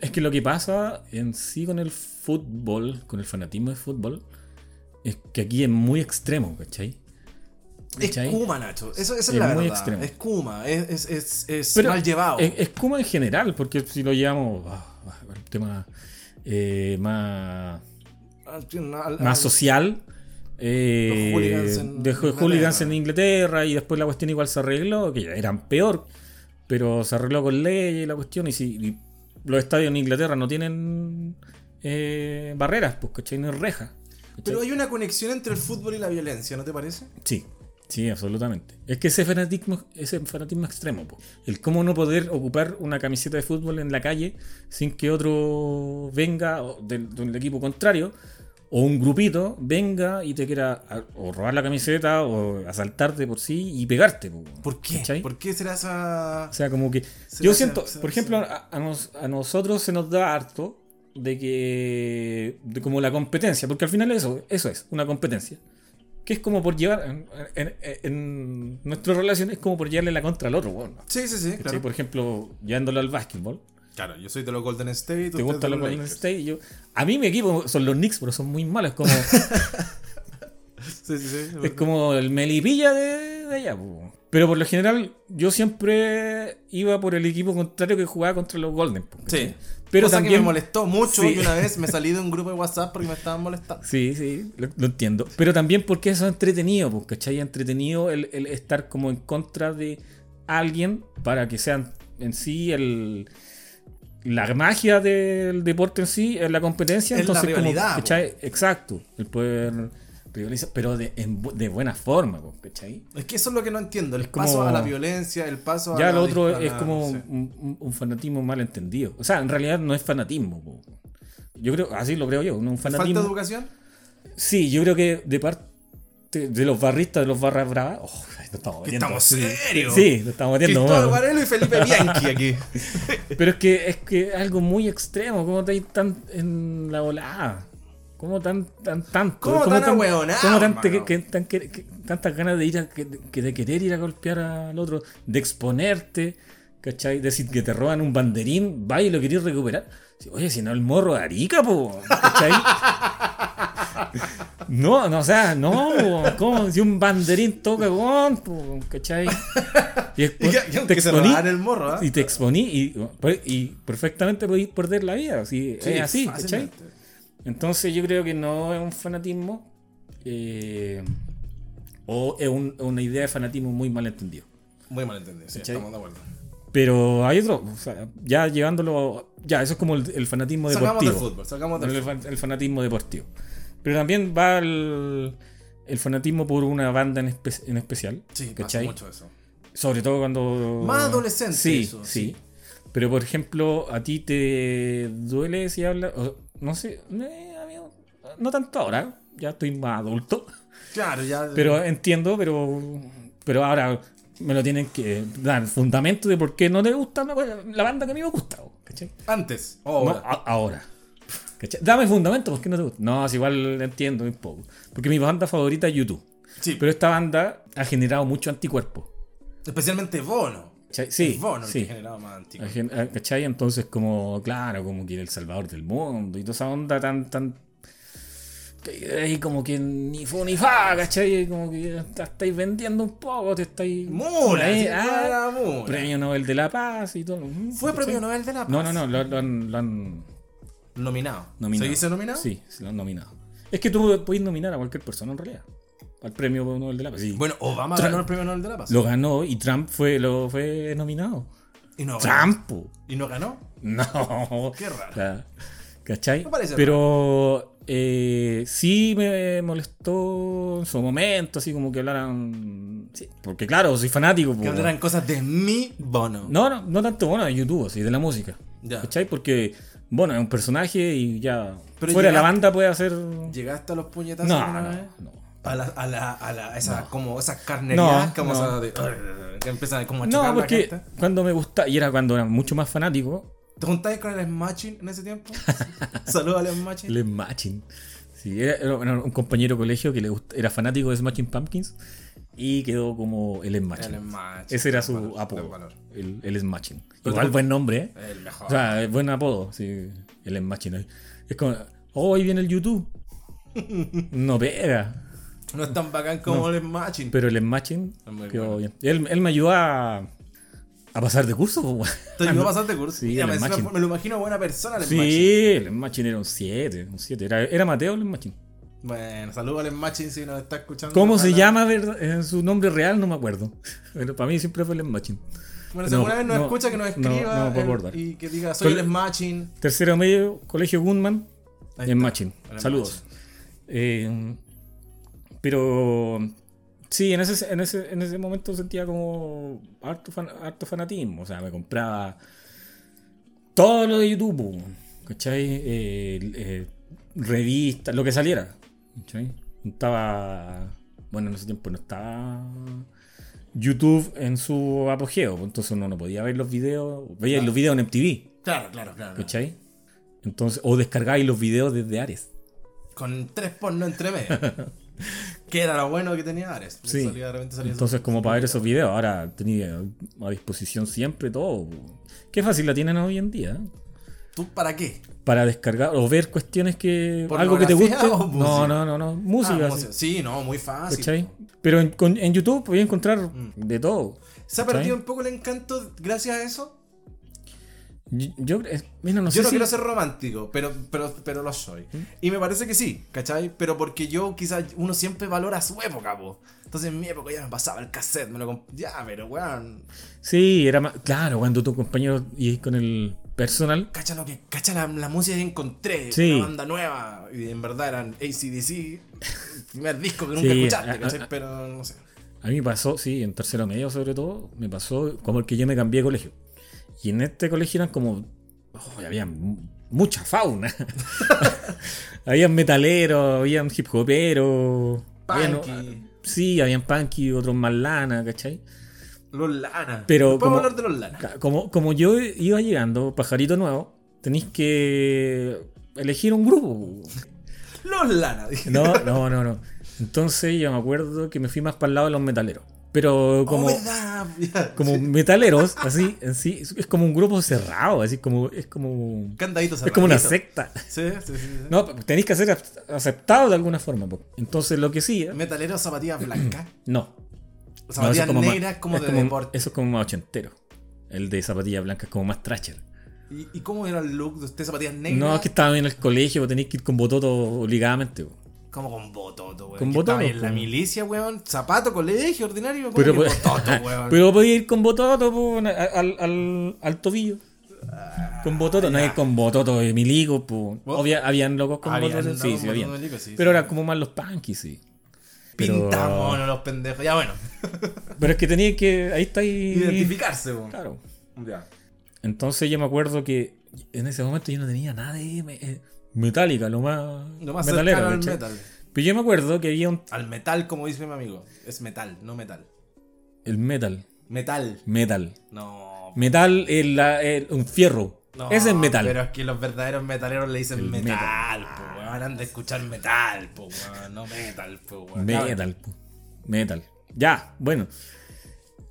S2: es que lo que pasa en sí con el fútbol, con el fanatismo de fútbol, es que aquí es muy extremo, ¿cachai?
S1: Es
S2: ¿Cachai?
S1: Kuma, Nacho. Eso, esa es,
S2: Es
S1: la
S2: muy
S1: verdad.
S2: extremo.
S1: Es Kuma. Es, es, es, es
S2: Pero
S1: mal llevado.
S2: Es, es Kuma en general, porque si lo llevamos ah, ah, al tema eh, más,
S1: Al- al-
S2: más social, eh,
S1: Los hooligans en
S2: dejó de
S1: Inglaterra.
S2: hooligans en Inglaterra y después la cuestión igual se arregló, que ya eran peor, pero se arregló con leyes la cuestión y si y los estadios en Inglaterra no tienen eh, barreras, pues, ¿cachai? No hay rejas. ¿cachai?
S1: Pero hay una conexión entre el fútbol y la violencia, ¿no te parece?
S2: Sí, sí, absolutamente. Es que ese fanatismo, ese fanatismo extremo, po. el cómo no poder ocupar una camiseta de fútbol en la calle sin que otro venga o del, del equipo contrario o un grupito venga y te quiera a- o robar la camiseta o asaltarte por sí y pegarte. po.
S1: ¿Por qué?
S2: ¿Cachai?
S1: ¿Por qué será esa.?
S2: O sea, como que.
S1: Se
S2: Yo
S1: hace-
S2: siento,
S1: se-
S2: por
S1: se-
S2: ejemplo, a, a nos- a nosotros se nos da harto de que. de como la competencia, porque al final eso, eso es, una competencia. Que es como por llevar. En, en- en nuestra relación es como por llevarle la contra al otro, weón.
S1: Sí, sí, sí,
S2: ¿Cachai?
S1: claro.
S2: Por ejemplo, llevándolo al básquetbol.
S1: Claro, yo soy de los Golden State.
S2: ¿Te gustan los Golden State? Yo, a mí mi equipo son los Knicks, pero son muy malos. Como,
S1: Sí, sí, sí.
S2: es como el melipilla de, de allá, po. Pero por lo general, yo siempre iba por el equipo contrario que jugaba contra los Golden. po, ¿cachai?
S1: Sí.
S2: Pero
S1: Cosa que
S2: también.
S1: me molestó mucho
S2: Sí.
S1: y una vez me salí de un grupo de WhatsApp porque me estaban molestando.
S2: Sí, sí, lo, lo entiendo. Pero también porque eso es entretenido, pues, ¿cachai? Entretenido el, el estar como en contra de alguien para que sean en sí el. La magia del deporte en sí es la competencia.
S1: Es la
S2: entonces, como,
S1: rivalidad, po.
S2: ¿cachai? Exacto. El poder rivalizar, pero de, en bu- de buena forma, pues, ¿cachai?
S1: Es que eso es lo que no entiendo. El
S2: como-
S1: paso a la violencia, el paso a
S2: Ya
S1: la
S2: lo otro
S1: a
S2: es
S1: la-
S2: como
S1: sí.
S2: un, un- un fanatismo mal entendido. O sea, en realidad no es fanatismo. po. Yo creo, así lo creo yo. Un
S1: ¿Falta de
S2: fanatismo.
S1: educación?
S2: Sí, yo creo que de parte de los barristas, de los barras bravas. Oh, nos estamos
S1: Que
S2: metiendo.
S1: estamos
S2: sí.
S1: serios.
S2: Sí, nos estamos metiendo.
S1: Cristóbal
S2: bueno.
S1: Varelo y Felipe Bianchi aquí.
S2: Pero es que es que es algo muy extremo. ¿Cómo estáis tan en la volada? ¿Cómo tan, tan, tanto?
S1: ¿Cómo tan ahueonado,
S2: cómo tan-
S1: hermano?
S2: que- que- tan- que- que- tantas ganas de ir a, que, que de querer ir a golpear al otro, de exponerte, ¿cachai? Decir que te roban un banderín, va y lo querés recuperar. Sí, Oye, si no el morro de Arica, po, ¿cachai? No, no, o sea, no, po, ¿cómo? Si un banderín toca, weón, po, ¿cachai?
S1: Y
S2: Y, después
S1: que, y aunque se
S2: exponí-
S1: robaran el morro, ¿ah?
S2: y te exponí y, pues, y perfectamente podéis perder la vida. Si
S1: Sí,
S2: es así, ¿cachai?
S1: fácilmente.
S2: Entonces yo creo que no es un fanatismo eh, o es un- una idea de fanatismo muy mal entendido.
S1: Muy mal entendido, sí,
S2: ¿Cachai?
S1: estamos de acuerdo.
S2: Pero hay otro, o sea, ya llevándolo, ya, eso es como el, el fanatismo
S1: Sacamos del
S2: deportivo.
S1: fútbol, sacamos del
S2: El,
S1: fútbol.
S2: fan- el fanatismo deportivo. Pero también va el, el fanatismo por una banda en, espe- en especial.
S1: Sí, pasa
S2: ¿cachai?
S1: mucho eso.
S2: Sobre todo cuando.
S1: Más adolescente
S2: Sí,
S1: eso, sí.
S2: sí. Pero por ejemplo, ¿a ti te duele si hablas.? o- No sé, eh, amigo, no tanto ahora, ya estoy más adulto.
S1: Claro, ya.
S2: Pero entiendo, pero. Pero ahora me lo tienen que dar fundamento de por qué no te gusta una cosa- la banda que a mí me gusta, ¿cachai?
S1: Antes. o
S2: No,
S1: ahora.
S2: a- ahora. ¿Cachai? Dame fundamento, ¿por qué no te gusta? No, si igual entiendo un poco. Porque mi banda favorita es YouTube.
S1: sí,
S2: Pero esta banda ha generado mucho anticuerpo.
S1: especialmente Bono.
S2: ¿cachai? Sí,
S1: Es Bono el
S2: sí.
S1: que generaba más antiguo.
S2: La gen- ah, ¿Cachai? Entonces, como, claro, como que era el salvador del mundo y toda esa onda tan, tan. que ahí como que ni fu ni fa, ¿cachai? Como que te estáis vendiendo un poco, te estáis.
S1: Mula,
S2: ahí,
S1: sí,
S2: ah,
S1: era mula.
S2: Premio Nobel de la Paz y todo. mm,
S1: Fue
S2: ¿cachai?
S1: premio Nobel de la Paz.
S2: No, no, no, lo, lo han, lo han
S1: Nominado.
S2: nominado.
S1: ¿Se dice nominado?
S2: Sí, se lo han nominado. Es que tú puedes nominar a cualquier persona en realidad. Al premio Nobel de la Paz. sí.
S1: Bueno, Obama
S2: Tra-
S1: ganó el premio Nobel de la Paz.
S2: lo ganó y Trump fue, lo fue nominado.
S1: Y no ganó.
S2: Trump. po.
S1: Y no ganó.
S2: No.
S1: Qué raro.
S2: O sea, ¿Cachai?
S1: Me parece
S2: Pero eh, sí me molestó en su momento, así como que hablaran. sí, porque claro, soy fanático.
S1: Que
S2: po.
S1: hablaran cosas de mi bono.
S2: No, no, no tanto bueno de YouTube, así de la música.
S1: Ya.
S2: ¿Cachai? Porque, bueno, es un personaje y ya.
S1: Pero
S2: fuera de la
S1: llegaste-
S2: banda puede hacer.
S1: ¿Llegaste a los puñetazos
S2: No,
S1: alguna
S2: no,
S1: vez?
S2: no.
S1: A la, a la, a la, esa, como esas carnerías,
S2: No,
S1: como
S2: no.
S1: esas de- que empiezan como a chocar
S2: No,
S1: la
S2: porque
S1: gente.
S2: cuando me gusta, y era cuando era mucho más fanático,
S1: ¿Te juntabas con el Smashing en ese tiempo? Saludos al Smashing.
S2: El Smashing. Sí, era, era un compañero de colegio que le gust- era fanático de Smashing Pumpkins y quedó como el Smashing.
S1: El Smashing.
S2: Ese era
S1: de
S2: su
S1: valor, de
S2: apodo.
S1: valor. Ah.
S2: El, el Smashing.
S1: Pero
S2: Igual
S1: te-
S2: buen nombre, ¿eh?
S1: El mejor.
S2: O sea, es buen apodo, sí. El Smashing. ahí. Es como, oh, ahí viene el YouTube. No pega.
S1: no es tan bacán como el Smashing.
S2: Pero el Smashing
S1: Es muy
S2: quedó
S1: bueno.
S2: bien. Él, él me ayudó a, a pasar de curso. po, weón.
S1: Te ayudó bastante curso.
S2: ah, Sí,
S1: Mira,
S2: el
S1: me, encima
S2: Smashing.
S1: me lo imagino buena persona el Smashing.
S2: Sí, el Smashing era un 7. Un 7. Era, era Mateo el Smashing.
S1: Bueno, saludos al Smashing si nos está escuchando.
S2: ¿Cómo se
S1: Ojalá.
S2: llama verdad? Eh, su nombre real? No me acuerdo. Pero para mí siempre fue el Smashing.
S1: Bueno, si
S2: No,
S1: alguna vez nos
S2: no,
S1: escucha que nos
S2: no,
S1: escriba
S2: no me puedo
S1: el-
S2: acordar.
S1: y que diga soy
S2: Col-
S1: el Smashing.
S2: Tercero medio, Colegio Gunman,
S1: Ahí
S2: en
S1: está,
S2: Machin.
S1: el
S2: Saludos. Eh, pero sí, en ese, en, ese, en ese momento sentía como harto, fan- harto fanatismo. O sea, me compraba todo lo de YouTube, po, ¿cachai? Eh, eh, revistas, lo que saliera. ¿cachai? Estaba. Bueno, en ese tiempo no estaba. YouTube en su apogeo, po, entonces uno no podía ver los videos, veía los videos en MTV,
S1: Claro, claro, claro.
S2: ¿Cachai? Entonces, o descargáis los videos desde Ares.
S1: Con tres porno entre medio. que era lo bueno que tenía Ares.
S2: Sí.
S1: Salía, de repente salía
S2: Entonces, como para ver esos videos, ahora tenía a disposición siempre todo. Qué fácil la tienen hoy en día. ¿eh?
S1: ¿Tú para qué?
S2: Para descargar o ver cuestiones que. Algo que te guste.
S1: ¿Pornografía o
S2: No,
S1: música?
S2: no, no, no. Música.
S1: Ah,
S2: sí,
S1: música. Sí, no, muy fácil. Mm.
S2: ¿Cachai? Pero en, con- en YouTube podía encontrar de todo.
S1: ¿Se ha
S2: ¿Cachai?
S1: perdido un poco el encanto gracias a eso?
S2: Yo, yo- es- mira, no
S1: yo
S2: ¿Mm? sé
S1: no
S2: si-
S1: quiero ser romántico, pero, pero, pero lo soy. Y me parece que sí, ¿cachai? Pero porque yo quizás uno siempre valora su época, po. Entonces en mi época ya me pasaba el cassette, me lo comp- Ya, pero weón.
S2: Sí, era más. Claro, cuando tu compañero y con el personal.
S1: Cacha lo que. Cacha la, la música que encontré.
S2: Sí.
S1: Una banda nueva. Y en verdad eran ACDC. el primer disco que nunca
S2: Sí, Ah, a-
S1: escuchaste,
S2: a-
S1: ¿cachai?
S2: a-
S1: Pero no sé.
S2: A mí me pasó, sí, en tercero medio sobre todo, me pasó como que yo me cambié de colegio. Y en este colegio eran como. oh, había mu- mucha fauna. habían metaleros, habían hip hoperos. habían-
S1: Punky.
S2: sí, habían punky, otros más lana, ¿cachai?
S1: Los Lana.
S2: Pero
S1: Podemos
S2: como-
S1: hablar de los Lana.
S2: Ca- Como, como yo iba llegando, pajarito nuevo, tenéis que elegir un grupo.
S1: Los Lana. dije.
S2: No, no, no, no. Entonces yo me acuerdo que me fui más para el lado de los metaleros. Pero como.
S1: Oh, ¿verdad? Ya,
S2: como
S1: sí.
S2: metaleros, así, en sí, es es como un grupo cerrado, así como, es como,
S1: Candadito
S2: es como una
S1: cerradito.
S2: secta.
S1: Sí, sí, sí. sí.
S2: No, tenéis que ser ac- aceptados de alguna forma. po. Entonces lo que sí, eh,
S1: Metalero, zapatillas blancas.
S2: no. No, eso
S1: Zapatillas
S2: es como más-
S1: negras como
S2: es
S1: de
S2: como-
S1: deporte.
S2: Eso es como más ochentero. El de zapatillas blancas como más trasher.
S1: ¿Y, y cómo era el look de usted? ¿Zapatillas negras?
S2: No, es que estaba en el colegio, po, tenéis que ir con bototo obligadamente. po.
S1: Como con bototo, weón.
S2: Con
S1: Que estaba
S2: bototo,
S1: en la
S2: con-
S1: milicia, weón. Zapato, colegio, ordinario. ¿cómo
S2: Pero,
S1: que
S2: po-
S1: bototo, weón.
S2: pero podía ir con bototo po, na- al, al- al tobillo. Con bototo, no hay con bototo de milico, po.
S1: Ah, Bo-
S2: Obvia- habían locos con
S1: Habían,
S2: bototo,
S1: no,
S2: sí,
S1: con
S2: sí,
S1: bototo
S2: habían.
S1: de milico, sí,
S2: pero
S1: sí.
S2: eran como más los punkies, sí. Pero-
S1: Pintamonos los pendejos. Ya, bueno.
S2: Pero es que tenía que. Ahí está ahí.
S1: Identificarse, weón.
S2: Claro.
S1: Ya.
S2: Entonces yo me acuerdo que en ese momento yo no tenía nada de me- eh, metálica, lo más.
S1: Lo más
S2: metalero,
S1: cercano al
S2: ¿cachai?
S1: metal.
S2: Pero yo me acuerdo que había un.
S1: Al metal, como dice mi amigo. Es metal, no metal.
S2: El metal.
S1: Metal.
S2: Metal.
S1: No.
S2: Metal, el, la- el- un fierro.
S1: no,
S2: Ese es metal.
S1: Pero es que los verdaderos metaleros le dicen
S2: El
S1: metal,
S2: metal.
S1: po, weón. Han de escuchar metal, po, weón. No metal, po, weón. Ya,
S2: Metal, po. metal. Ya, bueno.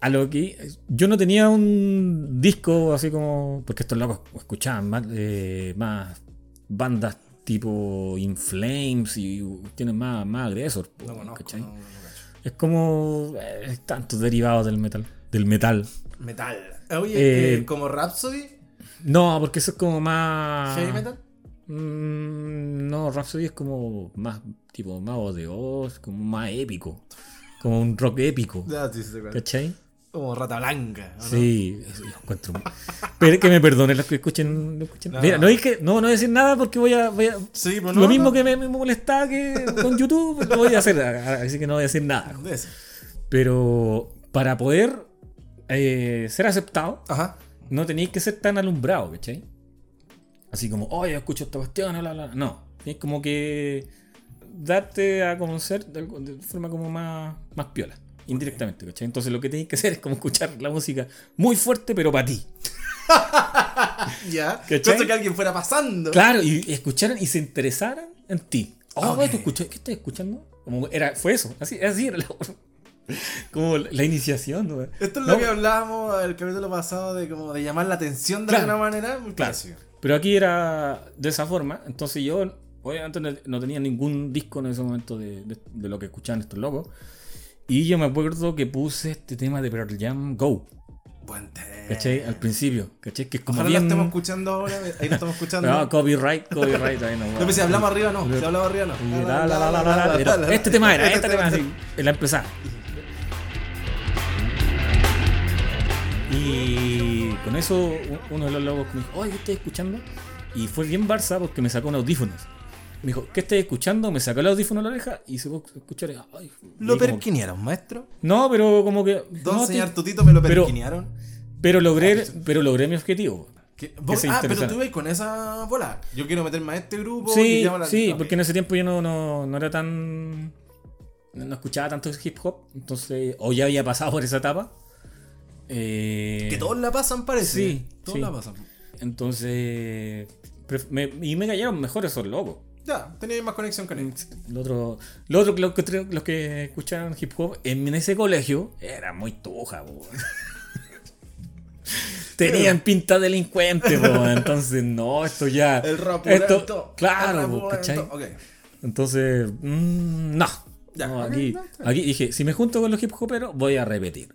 S2: A lo que. Yo no tenía un disco así como. Porque estos locos escuchaban más, eh, más bandas tipo In Flames y tienen más, más agresor. po,
S1: No conozco.
S2: ¿cachai?
S1: no, no cacho.
S2: Es como. eh, tantos derivados del metal. Del metal.
S1: Metal. Oye,
S2: Eh,
S1: eh, como Rhapsody,
S2: No, porque eso es como más.
S1: heavy metal.
S2: Mm, no, Rhapsody es como más. Tipo, mago de Oz, como más épico. Como un rock épico.
S1: Ya, sí, sí, sí, claro.
S2: ¿Cachai?
S1: Como rata blanca. ¿o no?
S2: Sí, eso yo encuentro. Pero que me perdonen los que escuchen. los que escuchen.
S1: No.
S2: Mira, no, dije, no, no voy a decir nada porque voy a. Voy a
S1: Sí, pero
S2: lo
S1: no,
S2: mismo
S1: no.
S2: que me, me molestaba que con YouTube, lo voy a hacer. Así que no voy a decir nada.
S1: De eso.
S2: Pero para poder eh, ser aceptado,
S1: Ajá.
S2: no tenéis que ser tan alumbrado, ¿cachai? Así como, oye, escucho esta cuestión, bla, bla. bla". No, tienes como que darte a conocer de, algu- de forma como más, más piola, indirectamente, ¿cachai? Entonces lo que tenéis que hacer es como escuchar la música muy fuerte, pero para ti.
S1: Ya.
S2: ¿Cachai?
S1: Entonces que alguien fuera pasando.
S2: Claro, y escucharan y se interesaran en ti. Oh,
S1: Ok.
S2: ¿tú escuchas? ¿Qué estás escuchando? Como era, fue eso, así, así era la, como la iniciación. ¿no?
S1: Esto es
S2: No,
S1: lo que hablábamos el capítulo pasado de como de llamar la atención de
S2: Claro.
S1: alguna manera. Muy clásico.
S2: Pero aquí era de esa forma, entonces yo obviamente no- no tenía ningún disco en ese momento de, de- de lo que escuchaban estos locos. Y yo me acuerdo que puse este tema de Pearl Jam Go,
S1: Buen tema.
S2: ¿cachai? Al principio, ¿cachai? Que es
S1: Eh.
S2: como
S1: Ojalá lo
S2: bien...
S1: estemos escuchando ahora. Ahí lo estamos escuchando.
S2: No,
S1: No,
S2: copyright, copyright, ahí no.
S1: pero si hablamos arriba no. Si hablamos arriba
S2: Y
S1: no.
S2: la, la, la, la, la, la, pero Este tema era, este tema
S1: sí.
S2: así, la empezaba. Y con eso u- uno de los lobos me dijo, oye, ¿qué estás escuchando? Y fue bien Barça porque me sacó un audífonos. Me dijo, ¿qué estás escuchando? Me sacó el audífono a la oreja y se puso a escuchar. y, ay,
S1: ¿Lo
S2: y como-
S1: perquinearon, maestro?
S2: No, pero como que.
S1: Don
S2: no,
S1: señor
S2: te-
S1: Tutito me lo
S2: pero-
S1: perquinearon.
S2: pero logré, pero logré mi objetivo.
S1: ¿Qué? ¿Vos-
S2: se
S1: ah, pero
S2: interesaron.
S1: tú ibas con esa bola. Yo quiero meterme a este grupo. y
S2: Sí,
S1: llamo a la-
S2: sí,
S1: Ok.
S2: porque en ese tiempo yo no, no, no era tan. No, no escuchaba tanto hip hop, entonces. O ya había pasado por esa etapa. Eh,
S1: Que todos la pasan, parece.
S2: Sí,
S1: Todos
S2: sí.
S1: la pasan.
S2: Entonces. pref- me- y me cayeron mejor esos locos.
S1: Ya, tenía más conexión con él.
S2: Lo otro, lo otro lo que, los que escucharon hip hop en ese colegio era muy tuja, po. Tenían pinta delincuente, po. Entonces, no, esto ya.
S1: El rap
S2: esto-
S1: pulento, el
S2: Claro,
S1: rap
S2: po, ¿cachai?
S1: pulento, ok.
S2: Entonces, mm, no.
S1: Ya,
S2: No,
S1: ok,
S2: aquí,
S1: no, está
S2: aquí dije, si me junto con los hip hoperos, voy a repetir.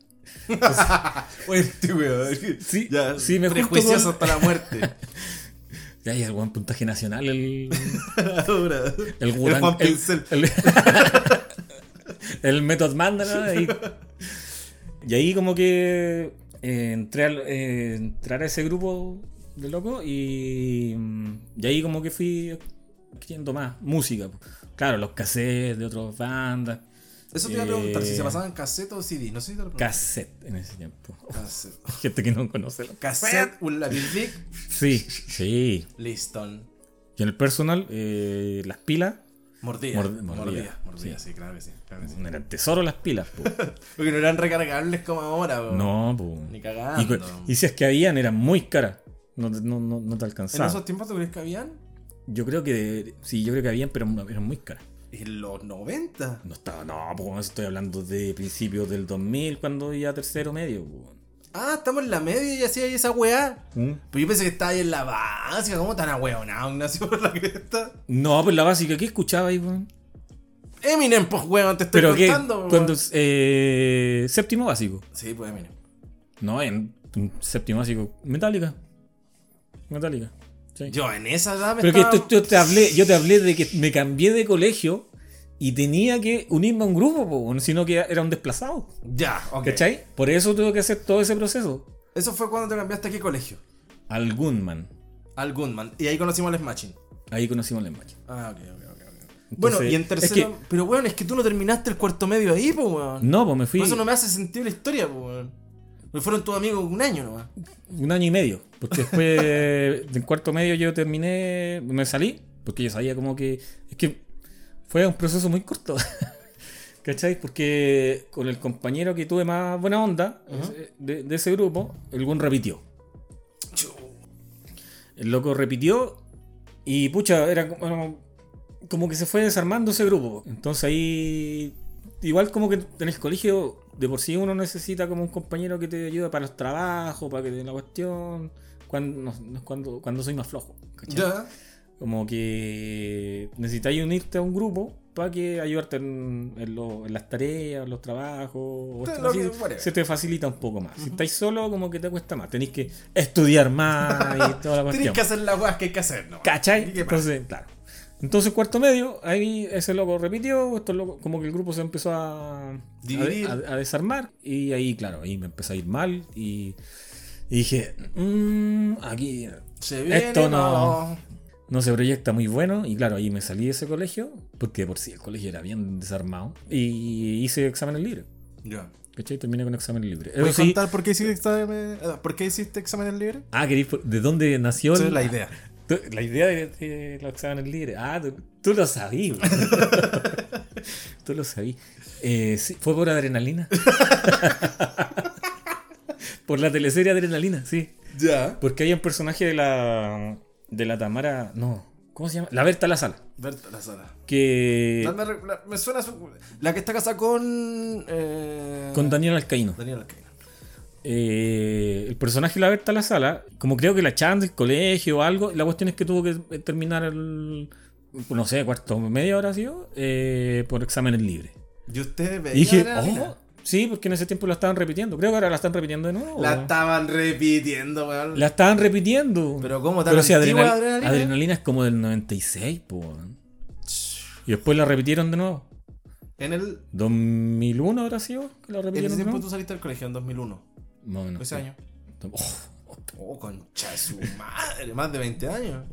S1: Oye, este weón.
S2: Sí,
S1: ya,
S2: sí, me junto
S1: prejuicioso hasta la
S2: con-
S1: muerte.
S2: Ya hay el buen puntaje nacional, el.
S1: Ahora,
S2: El,
S1: el
S2: Wu-Tang-
S1: Juan
S2: el-
S1: Pincel.
S2: el- el Method Man, ¿no? Y, y ahí como que eh, entré al- eh, entrar a ese grupo de locos y, mm, y ahí como que fui adquiriendo más música. Claro, los cassettes de otras bandas.
S1: Eso te iba a preguntar, si
S2: Eh.
S1: se pasaban cassette o CD. No sé si te lo pregunté.
S2: Cassette en ese tiempo.
S1: Cassette.
S2: Gente que no conoce los
S1: Cassette, un lápiz Vic,
S2: Sí, sí.
S1: listón.
S2: Y en el personal, eh, las pilas.
S1: Mordida.
S2: Mord-
S1: mordida. Mordida,
S2: mordida,
S1: sí. claro que sí. Claro que sí.
S2: Eran tesoro las pilas. po.
S1: Porque no eran recargables como ahora, weón.
S2: No, po.
S1: Ni
S2: Y, cu-
S1: cagando.
S2: y si es que habían, eran muy caras. No, te- no, no, no te
S1: ¿En
S2: alcanzaba.
S1: esos tiempos tú crees que habían?
S2: Yo creo que. Sí, yo creo que habían, pero eran muy caras.
S1: En los 90.
S2: No estaba. No, pues estoy hablando de principios del 2000, cuando ya tercero medio. po.
S1: Ah, estamos en la media y hacía ahí esa weá.
S2: ¿Mm?
S1: Pues yo pensé que estaba ahí en la básica. ¿Cómo tan ahueonado, Ignacio, por la cresta?
S2: No, pues la básica, ¿qué escuchaba ahí, weón?
S1: Eminem, pues weón, te estoy
S2: Pero que.
S1: contando. weón.
S2: Cuando. eh, séptimo básico.
S1: Sí, pues Eminem.
S2: No, en, en séptimo básico. Metallica. Metallica. Sí.
S1: Yo en esa edad me
S2: Pero que
S1: estaba-
S2: esto- yo te hablé, yo te hablé de que me cambié de colegio y tenía que unirme a un grupo, po, weón, sino que era un desplazado.
S1: Ya, ok.
S2: ¿Cachai? Por eso tuve que hacer todo ese proceso.
S1: Eso fue cuando te cambiaste a qué colegio?
S2: Al Goodman.
S1: Al Goodman. Y ahí conocimos al Smashing.
S2: Ahí conocimos la imagen.
S1: Ah, ok, ok, ok. ok. bueno, y en
S2: es
S1: tercero.
S2: que-
S1: Pero weón, es que tú no terminaste el cuarto medio ahí, pues weón.
S2: No, pues me fui
S1: Por eso no me hace sentido la historia, pues weón. Me fueron tus amigos un año nomás.
S2: un año y medio. Porque después del cuarto medio yo terminé, me salí. Porque yo sabía como que. Es que fue un proceso muy corto. ¿Cachai? Porque con el compañero que tuve más buena onda ese- de, de ese grupo, el buen repitió.
S1: Chu.
S2: El loco repitió y pucha, era como, como que se fue desarmando ese grupo. Entonces ahí, igual como que en el colegio de por sí uno necesita como un compañero que te ayude para los trabajos, para que te den la cuestión, cuando, no- no- cuando, cuando soy más flojo. ¿cachai?
S1: Ya.
S2: Como que necesitáis unirte a un grupo para que ayudarte en, en lo- en las tareas, en los trabajos. o
S1: Te-
S2: esto
S1: lo
S2: así,
S1: que- whatever.
S2: se te facilita un poco más. Si estáis solo, como que te cuesta más. Tenéis que estudiar más y toda la cuestión.
S1: Tenés que hacer las weas que hay que hacer, ¿no?
S2: ¿Cachai?
S1: ¿Y qué más?
S2: Entonces, claro. Entonces, cuarto medio, ahí ese loco repitió, estos locos- como que el grupo se empezó a, a-
S1: Dividir.
S2: A, a desarmar. Y ahí, claro, ahí me empezó a ir mal. Y, y dije, "Mm, aquí
S1: Se viene,
S2: Esto no.
S1: no.
S2: no se proyecta muy bueno. Y claro, ahí me salí de ese colegio, porque por sí el colegio era bien desarmado. Y hice exámenes libres.
S1: Ya.
S2: ¿Cachai? Terminé con exámenes libres. Eso
S1: ¿Puedes
S2: sí-
S1: contar por qué hiciste exámenes, eh, por qué hiciste exámenes libres?
S2: Ah, querís, ¿de dónde nació
S1: Esa
S2: el-
S1: es la idea.
S2: Tú- La idea de, de los exámenes libres. Ah, tú, tú lo sabías. tú lo sabías. Eh, sí, fue por adrenalina. por la teleserie Adrenalina, sí.
S1: Ya.
S2: Porque hay un personaje de la. de la Tamara. No. ¿Cómo se llama? La Berta La Sala.
S1: Berta la sala.
S2: Que.
S1: Dame re- la- me suena su- la que está casada con eh,
S2: Con Daniel Alcaíno.
S1: Daniel Alcaíno.
S2: Eh, el personaje de la Berta La Sala, como creo que la echaban del colegio o algo, la cuestión es que tuvo que eh, terminar el. no sé, cuarto media hora, ¿sí? Eh, por exámenes libres.
S1: Y usted veía
S2: Y dije,
S1: adrenalina.
S2: oh, sí, porque en ese tiempo la estaban repitiendo. Creo que ahora la están repitiendo de nuevo.
S1: la
S2: weón.
S1: estaban repitiendo, weón.
S2: La estaban repitiendo.
S1: Pero ¿cómo tan
S2: Pero si
S1: antigua
S2: adrenal-
S1: Adrenalina?
S2: adrenalina? es como del 96, po. weón. Y después la repitieron de nuevo.
S1: En el
S2: 2001 habrá sido que
S1: en
S2: la
S1: ese
S2: repitieron de
S1: tiempo
S2: nuevo.
S1: tú saliste del colegio en 2001,
S2: Más o menos,
S1: ese
S2: sí.
S1: año.
S2: Oh,
S1: Oh, concha de su madre, más de 20 años.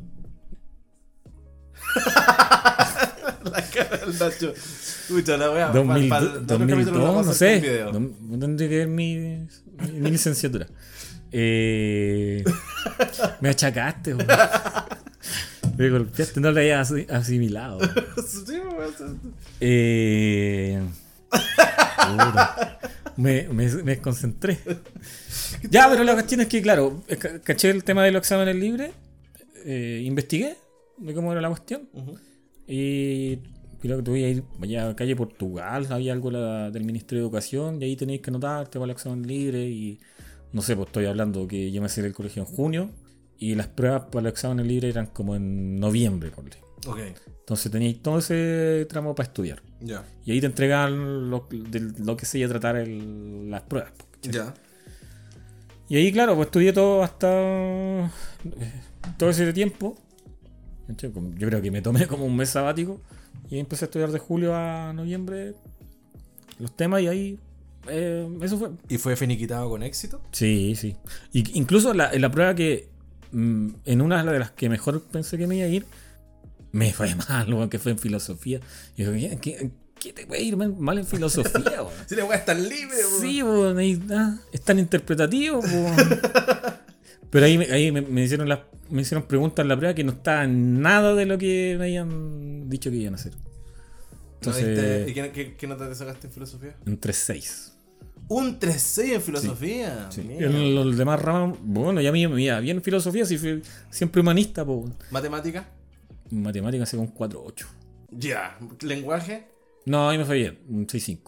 S1: la cara del Nacho. Escucha la wea. pa'l-
S2: 2000
S1: pa'l- otro capítulo
S2: 2002,
S1: lo vamos a
S2: no
S1: hacer con
S2: sé.
S1: video.
S2: Dom- Tendré que ver mi, mi- mi licenciatura. Eh, me achacaste, weón. Me golpeaste, no lo había asi- asimilado. weón.
S1: Sí, weón.
S2: Eh... puta. me, me, me desconcentré. Ya, pero la cuestión es que, claro, ca- caché el tema de los exámenes libres, eh, investigué de cómo era la cuestión
S1: Ujú.
S2: y creo que tuve que ir allá a la calle Portugal, había algo la- del Ministerio de Educación y ahí tenéis que anotarte para el examen libre y no sé, pues estoy hablando que yo me salí del colegio en junio y las pruebas para el examen libre eran como en noviembre, ponle.
S1: Ok,
S2: Entonces teníais todo ese tramo para estudiar.
S1: ya.
S2: Y ahí te entregan lo, de lo que se iba a tratar el- las pruebas. po.
S1: Ya.
S2: Y ahí, claro, pues estudié todo hasta eh, todo ese tiempo. De hecho, como- Yo creo que me tomé como un mes sabático. Y ahí empecé a estudiar de julio a noviembre los temas y ahí eh, eso fue.
S1: ¿Y fue finiquitado con éxito?
S2: Sí, sí. Y incluso la, en la prueba que mm, en una de las que mejor pensé que me iba a ir, me fue mal, weón, que fue en filosofía. Y yo, ¿qué, qué, qué te puede ir mal en filosofía, weón?
S1: Sí, la wea está libre, pues. weón.
S2: Sí, po, ahí, ah, es tan interpretativo. po. Pero ahí, me- ahí me, me hicieron las, me hicieron preguntas en la prueba que no estaba nada de lo que me habían dicho que iban a hacer.
S1: ¿No este, viste- ¿Y
S2: Entonces,
S1: qué, qué, qué nota te sacaste en filosofía?
S2: entre seis.
S1: Un 3-6 en filosofía.
S2: Sí.
S1: Mira.
S2: En los demás ramas, bueno, ya me me iba bien en filosofía, sí fui siempre humanista, po.
S1: ¿Matemática?
S2: En matemáticas sí, con 4-8.
S1: Ya. ¿Lenguaje?
S2: No, ahí me fue bien, un 6-5.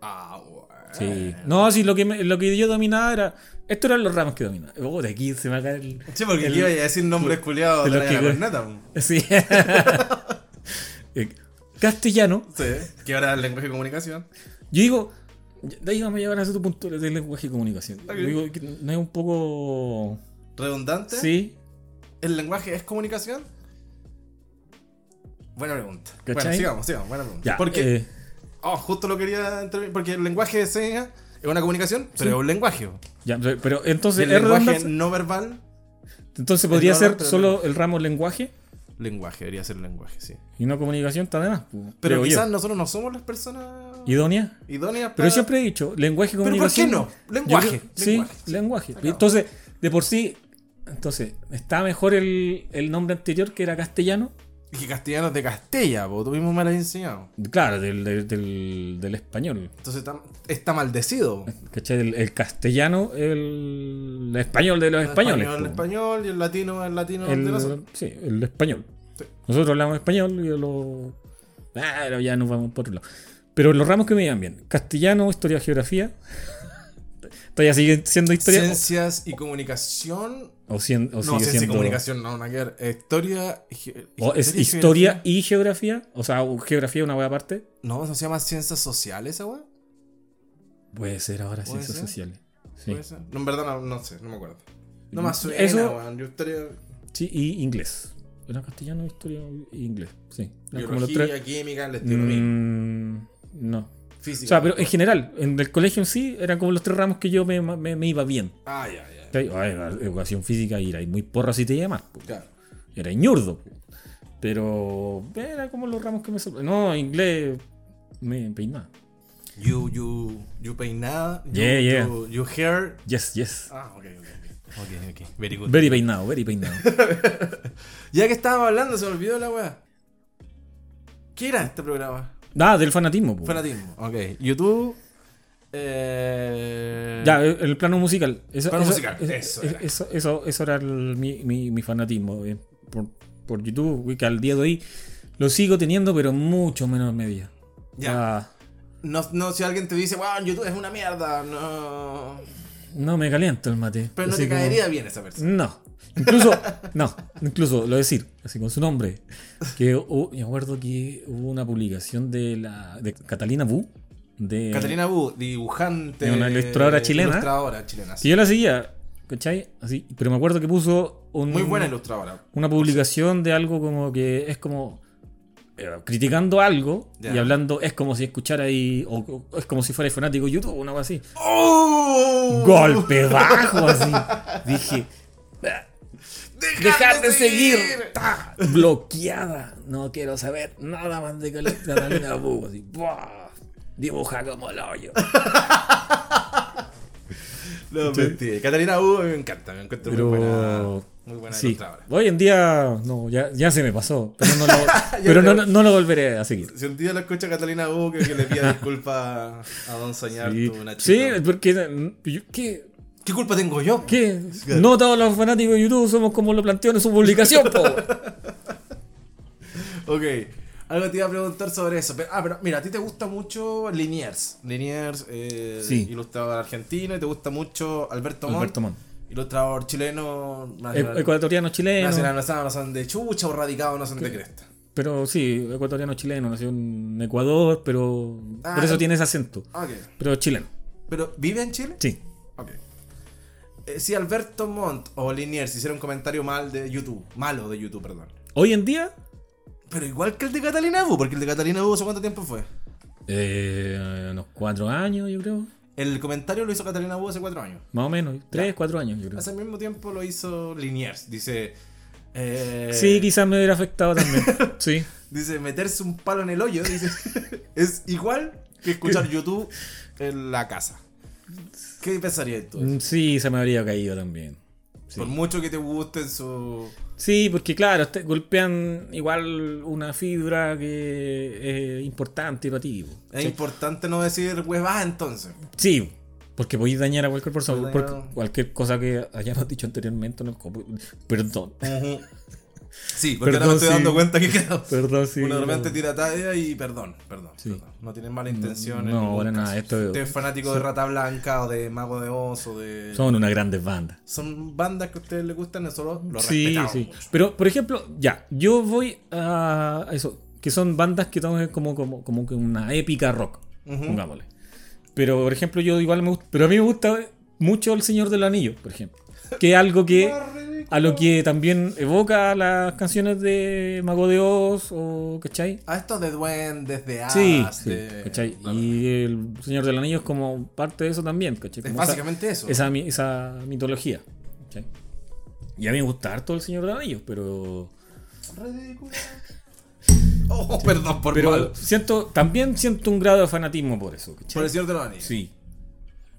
S1: Ah, weón.
S2: Sí. No, sí, lo que, me- lo que yo dominaba era. Estos eran los ramos que dominaba. Oh, de aquí se me va a caer el.
S1: Sí, porque
S2: el-
S1: aquí iba a decir nombres culiados de
S2: de
S1: la
S2: los que-
S1: corneta. weón.
S2: Sí. Eh, Castellano.
S1: Sí, que ahora el lenguaje de comunicación.
S2: Yo digo, de ahí vamos a llevar a tu punto del lenguaje y comunicación. Yo
S1: Ok.
S2: digo que no es un poco.
S1: ¿Redundante?
S2: Sí.
S1: ¿El lenguaje es comunicación? Buena pregunta. Bueno,
S2: ¿Cachai?
S1: sigamos, sigamos, buena pregunta.
S2: Ya.
S1: porque,
S2: eh,
S1: oh, justo lo quería intervenir, porque el lenguaje de señas es una comunicación, pero es un lenguaje.
S2: ya, pero- pero
S1: Y
S2: entonces,
S1: el
S2: ¿es
S1: lenguaje
S2: redundante?
S1: no verbal,
S2: Entonces podría
S1: no, no,
S2: ser
S1: pero
S2: solo el ramo lenguaje
S1: lenguaje, debería ser el lenguaje, sí.
S2: y no comunicación, está de más. pues,
S1: Pero
S2: creo yo.
S1: quizás nosotros no somos las personas
S2: Idónea.
S1: idóneas para...
S2: Pero siempre he dicho, lenguaje y
S1: ¿por qué
S2: comunicación.
S1: no?
S2: yo
S1: Lenguaje,
S2: creo-
S1: lenguaje,
S2: sí, lenguaje.
S1: acabó.
S2: Entonces, de por sí. Entonces, está mejor el, el nombre anterior que era castellano.
S1: Y que castellano es de Castella, vos tú mismo me lo has enseñado.
S2: Claro, del, del, del- del español.
S1: Entonces está, está maldecido.
S2: ¿Cachai? El, el castellano, el, el español de los españoles.
S1: español, el
S2: po.
S1: español y el latino, el latino
S2: El-
S1: de nosotros.
S2: sí, el español.
S1: Sí.
S2: Nosotros hablamos español y los. Ah, pero ya nos vamos por otro lado. Pero los ramos que me iban bien: castellano, historia, geografía. Todavía sigue siendo historia.
S1: Ciencias y comunicación.
S2: o, cien-
S1: No,
S2: o sigue
S1: ciencia y
S2: siendo.
S1: comunicación, no, una que ver. Historia. ge-
S2: o es
S1: y
S2: historia
S1: geografía.
S2: y geografía. O sea, o geografía es una buena parte.
S1: No, ¿no se llama ciencias sociales esa weá?
S2: Puede ser ahora
S1: ¿Puede
S2: ciencias
S1: ser?
S2: sociales. Sí. Mm,
S1: ¿Puede ser? No, en verdad no, no sé, no me acuerdo. No me suena,
S2: Eso-
S1: weón. Yo estaría-
S2: Sí, y inglés. Era castellano, historia e inglés. Sí. Eran como los
S1: Biología,
S2: tres.
S1: química, la
S2: Mm, no.
S1: física.
S2: O sea, pero en general, en el colegio en sí, eran como los tres ramos que yo me, me- me iba bien.
S1: Ah, ya, ya.
S2: ¿Cachai? Ay, la educación física y era muy porra si te llamas. po.
S1: Claro.
S2: Era ñurdo. po. Pero era como los ramos que me sorprendían. No, inglés me peinaba.
S1: You, you, you peinada. You,
S2: Yeah, yeah.
S1: You, you hair.
S2: Yes, yes.
S1: Ah, pues ok, ok, ok. Ok, ok. Very good.
S2: Very peinado, very peinado.
S1: Ya que estábamos hablando, se me olvidó la weá. ¿Qué era este programa?
S2: Ah, del fanatismo. po.
S1: Fanatismo. Ok. YouTube. Eh...
S2: Ya, el el plano musical. Eso,
S1: Plano
S2: eso-
S1: musical,
S2: eso-
S1: eso
S2: eso-
S1: era.
S2: eso- eso- eso era el- mi, mi- mi fanatismo. eh, Por, por YouTube, güey, que al día de hoy lo sigo teniendo, pero en mucho menos medida.
S1: Ya.
S2: Ah,
S1: No, no, si alguien te dice, wow, YouTube es una mierda. No.
S2: no me caliento el mate.
S1: Pero no
S2: Así
S1: te
S2: como-
S1: caería bien esa persona.
S2: No. Incluso, no, incluso lo decir, así con su nombre. Que hu- me acuerdo que hubo una publicación de la de Catalina Bu. De,
S1: Catalina Bu, dibujante. eh,
S2: Es Mm. una ilustradora chilena.
S1: Ilustradora chilena, sí.
S2: Que yo la seguía, ¿cachai? Así, pero me acuerdo que puso un.
S1: Muy buena ilustradora.
S2: una publicación de algo como que es como eh, criticando algo
S1: Ya.
S2: y hablando es como si escuchara ahí o, o es como si fuera fanático de YouTube o algo así.
S1: ¡Oh!
S2: Golpe bajo así. Dije,
S1: ¡Dejad
S2: dejad de seguir. Ta, bloqueada. No quiero saber nada más de Col- Catalina Bugo. Así, buah, dibuja como el hoyo.
S1: No, mentira. Catalina Bu me encanta, me encuentro
S2: Pero-
S1: muy buena. Muy buena
S2: Sí.
S1: ilustradora.
S2: Hoy en día, no, ya, ya se me pasó. Pero, no lo, pero
S1: te-
S2: no- no- no lo volveré a seguir.
S1: Si un día la escucha Catalina Bu, creo que le pida disculpas a Don Soñar,
S2: Sí,
S1: tú, Nachito.
S2: Sí, porque mm, yo- ¿qué,
S1: ¿Qué culpa tengo yo?
S2: ¿Qué? No todos los fanáticos de YouTube somos como lo planteó en su publicación, po.
S1: Ok. Algo te iba a preguntar sobre eso. Pero- ah, pero mira, a ti te gusta mucho Liniers. Liniers, eh,
S2: Sí.
S1: ilustrador argentino, y te gusta mucho Alberto Montt.
S2: Alberto Montt.
S1: Ilustrador chileno, nacional-
S2: E- Ecuatoriano chileno.
S1: nacional, no saben, no son de chucha o radicado, no son de cresta.
S2: Pero sí, ecuatoriano chileno. Nació en Ecuador, pero.
S1: Ah,
S2: por eso
S1: el-
S2: tiene ese acento.
S1: Ok.
S2: Pero chileno.
S1: ¿Pero vive en Chile?
S2: Sí.
S1: Ok. Eh, si Alberto Montt o Liniers hicieron un comentario mal de YouTube, malo de YouTube, perdón.
S2: Hoy en día.
S1: Pero igual que el de Catalina Bu, porque el de Catalina Bu, ¿hace cuánto tiempo fue?
S2: eh, unos cuatro años, yo creo.
S1: El comentario lo hizo Catalina Bu hace cuatro años.
S2: Más o menos. Tres, cuatro años, yo creo.
S1: Hace el mismo tiempo lo hizo Liniers. Dice. eh,
S2: Sí, quizás me hubiera afectado también. sí.
S1: Dice, meterse un palo en el hoyo. Dice, es igual que escuchar YouTube en la casa. ¿Qué pensarías tú? de eso?
S2: Mm, Sí, se me habría caído también. Sí.
S1: Por mucho que te gusten su.
S2: Sí, porque claro, te golpean igual una fibra que es importante para ti. po.
S1: Es
S2: Sí.
S1: importante no decir huevas entonces.
S2: Sí, porque podéis dañar a cualquier persona.
S1: Podéis
S2: por
S1: dañar a-
S2: cualquier cosa que hayamos dicho anteriormente. No, como- perdón.
S1: Ujú. Sí, porque ahora
S2: Perdón,
S1: me estoy
S2: sí.
S1: dando cuenta que quedó.
S2: Perdón, sí.
S1: Uno de repente tira talla y perdón, perdón,
S2: Sí. Mm,
S1: perdón. No tienen mala intención. en
S2: No,
S1: ningún
S2: para nada,
S1: caso.
S2: esto-
S1: Si usted es fanático de Rata Blanca o de Mago de Oz o de.
S2: Son una grandes banda.
S1: Son bandas que a ustedes les gustan, nosotros lo
S2: sí,
S1: respetamos.
S2: sí.
S1: mucho.
S2: Pero, por ejemplo, ya, yo voy a eso, que son bandas que toman como, como, como que una épica rock, pongámosle. Pero, por ejemplo, yo igual me gusta, pero a mí me gusta mucho El Señor del Anillo, por ejemplo. Que es algo que, a lo que también evoca las canciones de Mago de Oz o, ¿cachai?
S1: A estos de duendes, de hadas,
S2: Sí, sí,
S1: de...
S2: ¿cachai?
S1: Claro.
S2: Y el Señor del Anillo es como parte de eso también, ¿cachai?
S1: Es
S2: Como esa-
S1: básicamente eso.
S2: esa, mi- esa mitología. ¿cachai? Y a mí me gusta harto el Señor de los Anillos, pero.
S1: Ridículo. Oh, perdón por
S2: Pero
S1: mal.
S2: siento, también siento un grado de fanatismo por eso, ¿cachai?
S1: Por el Señor de los Anillos.
S2: Sí.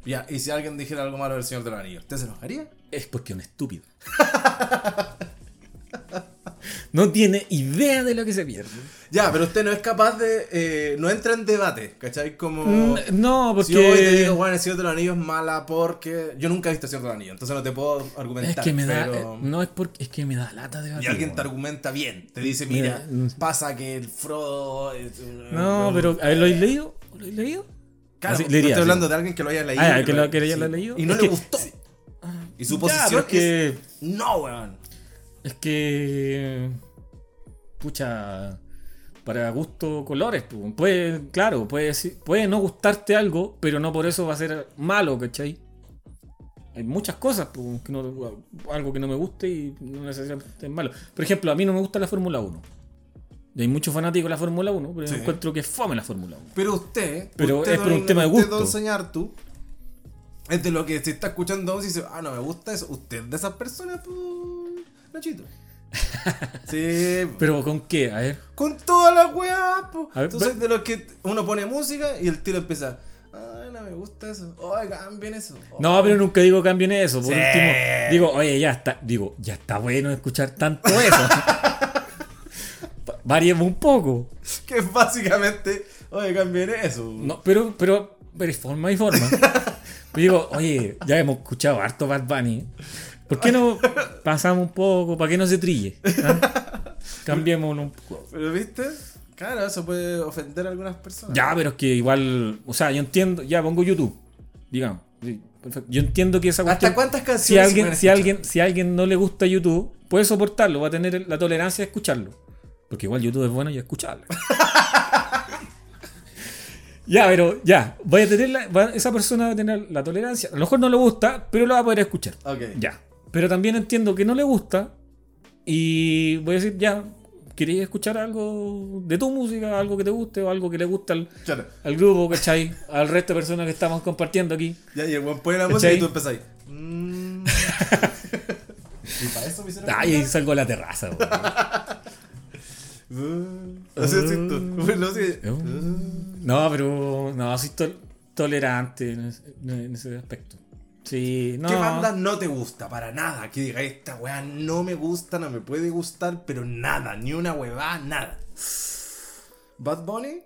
S1: Ya, y si alguien dijera algo malo del Señor de los Anillos, ¿usted se enojaría?
S2: Es porque es un estúpido. no tiene idea de lo que se pierde.
S1: Ya, pero usted no es capaz de... eh, no entra en debate, ¿cachai? Como...
S2: Mm, No, porque.
S1: Si yo voy y te digo, bueno, el Señor de los Anillos es mala porque... Yo nunca he visto el Señor de los Anillos, entonces no te puedo
S2: es
S1: argumentar.
S2: que me da.
S1: pero-
S2: eh, No es porque. Es que me da lata de
S1: Y
S2: batir,
S1: alguien te
S2: weón.
S1: argumenta bien, te dice, mira,
S2: Mira,
S1: pasa que el Frodo... es- eh,
S2: No, pero. a ver, ¿Lo he leído? ¿Lo he leído?
S1: Claro,
S2: Así,
S1: no
S2: leería,
S1: estoy
S2: sí.
S1: hablando de alguien que lo haya leído.
S2: Ah, que lo-
S1: haya-
S2: que ya lo ha leído.
S1: Y no
S2: Es
S1: le
S2: que-
S1: gustó. Y su
S2: Ya,
S1: posición
S2: pero es que-
S1: es, No, weón.
S2: Es que. Pucha. Para gusto colores. pu. Puede, claro, puede, decir- puede no gustarte algo, pero no por eso va a ser malo, ¿cachai? hay muchas cosas pues, que no- algo que no me guste y no necesariamente es malo. Por ejemplo, a mí no me gusta la Fórmula 1. Y hay muchos fanáticos de la Fórmula 1, pero yo
S1: Sí.
S2: encuentro que es fome la Fórmula 1.
S1: Pero usted.
S2: Pero
S1: usted,
S2: es por un
S1: don-
S2: tema de
S1: usted,
S2: gusto.
S1: don señor, tú. Es de lo que se está escuchando vos y dice, ah, no me gusta eso. Usted es de esas personas, pues. Nachito. sí, pues.
S2: ¿Pero con qué? A ver.
S1: con toda la weá, pues.
S2: A ver,
S1: Entonces,
S2: ve-
S1: de los que uno pone música y el tiro empieza. Ay, no me gusta eso. Ay, cambien eso.
S2: No, pero nunca digo cambien eso. Por
S1: Sí.
S2: último, digo, oye, ya está. Digo, ya está bueno escuchar tanto eso. Va- Variemos un poco.
S1: Que es básicamente, oye, cambien eso.
S2: No, pero, pero, pero es forma y forma. Pero digo, oye, ya hemos escuchado harto Bad Bunny. ¿Por qué no pasamos un poco? ¿Para que no se trille? ¿Ah? Cambiémoslo un poco.
S1: Pero viste, claro, eso puede ofender a algunas personas.
S2: Ya, pero es que igual, o sea, yo entiendo, ya pongo YouTube, digamos. Sí, perfecto. Yo entiendo que esa
S1: ¿Hasta
S2: cuestión-
S1: cuántas
S2: Si
S1: canciones se
S2: alguien,
S1: pueden
S2: si,
S1: escuchar?
S2: alguien, si alguien no le gusta YouTube, puede soportarlo, va a tener la tolerancia de escucharlo. Porque igual YouTube es bueno y escucharlo. ya, pero ya, vaya a tener la- va- esa persona va a tener la tolerancia. A lo mejor no le gusta, pero lo va a poder escuchar.
S1: Ok.
S2: Ya. Pero también entiendo que no le gusta. Y voy a decir, ya, ¿queréis escuchar algo de tu música? Algo que te guste o algo que le gusta al,
S1: Claro.
S2: al grupo, ¿cachai? Al resto de personas que estamos compartiendo aquí.
S1: Ya, y el weón pone la música
S2: ¿Cachai?
S1: y tú empezás ahí. Mm. y para eso me hicieron.
S2: Ay, ahí salgo a la terraza, weón.
S1: Uh, No sé si tú. No sé.
S2: Eh, un- No, pero no, soy tol- tolerante en ese, en ese aspecto. Sí, no.
S1: ¿Qué banda no te gusta? Para nada. Que diga, esta weá no me gusta, no me puede gustar, pero nada, ni una huevada, nada. Bad Bunny,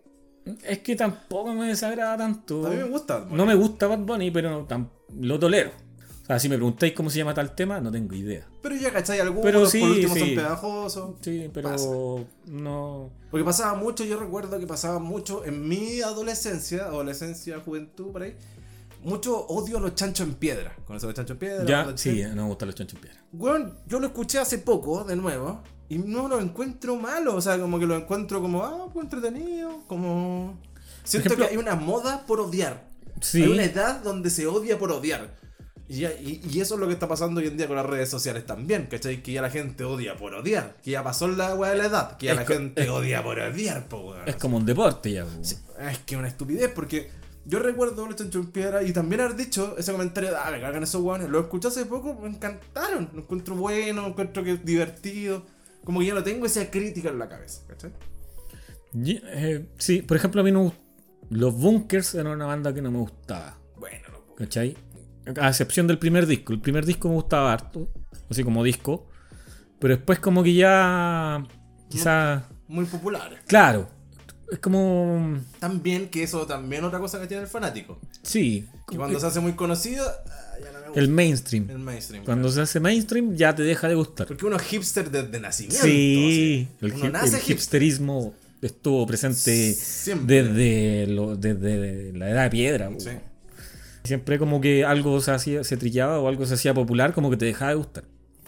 S2: Es que tampoco me desagrada tanto.
S1: a mí me gusta Bad Bunny.
S2: No me gusta Bad Bunny, pero tam- lo tolero. O sea, si me preguntáis cómo se llama tal tema, no tengo idea.
S1: Pero ya cachai, algunos
S2: Pero sí,
S1: por último son
S2: sí.
S1: pegajosos.
S2: Sí, pero
S1: Pasa.
S2: no.
S1: Porque pasaba mucho, yo recuerdo que pasaba mucho en mi adolescencia, adolescencia, juventud, por ahí. Mucho odio a los chanchos en piedra. ¿Con eso los chanchos en piedra?
S2: Ya,
S1: los
S2: sí,
S1: chanchos-
S2: no me gustan los chanchos en piedra.
S1: Weón, yo lo escuché hace poco, de nuevo, y no lo encuentro malo. O sea, como que lo encuentro como, ah, pues entretenido, como. Siento
S2: ejemplo-
S1: que hay una moda por odiar.
S2: Sí.
S1: Hay una edad donde se odia por odiar. Y, ya- y- y eso es lo que está pasando hoy en día con las redes sociales también, ¿cachai? Que ya la gente odia por odiar. Que ya pasó la weá de la edad. Que ya
S2: Es
S1: la
S2: co-
S1: gente odia por odiar, po, weón.
S2: Es como un deporte ya. pues. weón.
S1: Ah, Es que una estupidez, porque yo recuerdo los chanchos en piedra y también haber dicho ese comentario de, ah, me cagan esos guanes. Lo escuché hace poco, me encantaron. Lo encuentro bueno, lo encuentro que es divertido. Como que ya no tengo esa crítica en la cabeza, ¿cachai?
S2: Y, eh, sí, por ejemplo, a mí no. me gust- Los Bunkers eran una banda que no me gustaba.
S1: Bueno, loco.
S2: ¿Cachai? A excepción del primer disco. El primer disco me gustaba harto. Así como disco. Pero después como que ya... Quizá...
S1: Muy populares.
S2: Claro. Es como...
S1: También que eso también otra cosa que tiene el fanático.
S2: Sí.
S1: Que cuando se hace muy conocido, ah, ya no me gusta.
S2: El
S1: El,
S2: mainstream.
S1: mainstream.
S2: Cuando se hace mainstream ya te deja de gustar.
S1: Porque uno es hipster desde nacimiento.
S2: Sí.
S1: así.
S2: El,
S1: uno
S2: hip-
S1: nace
S2: el
S1: hipster.
S2: hipsterismo estuvo presente
S1: Siempre.
S2: desde, lo- desde la edad de piedra.
S1: Sí.
S2: Siempre como que algo se, hacía, se trillaba o algo se hacía popular como que te dejaba de gustar.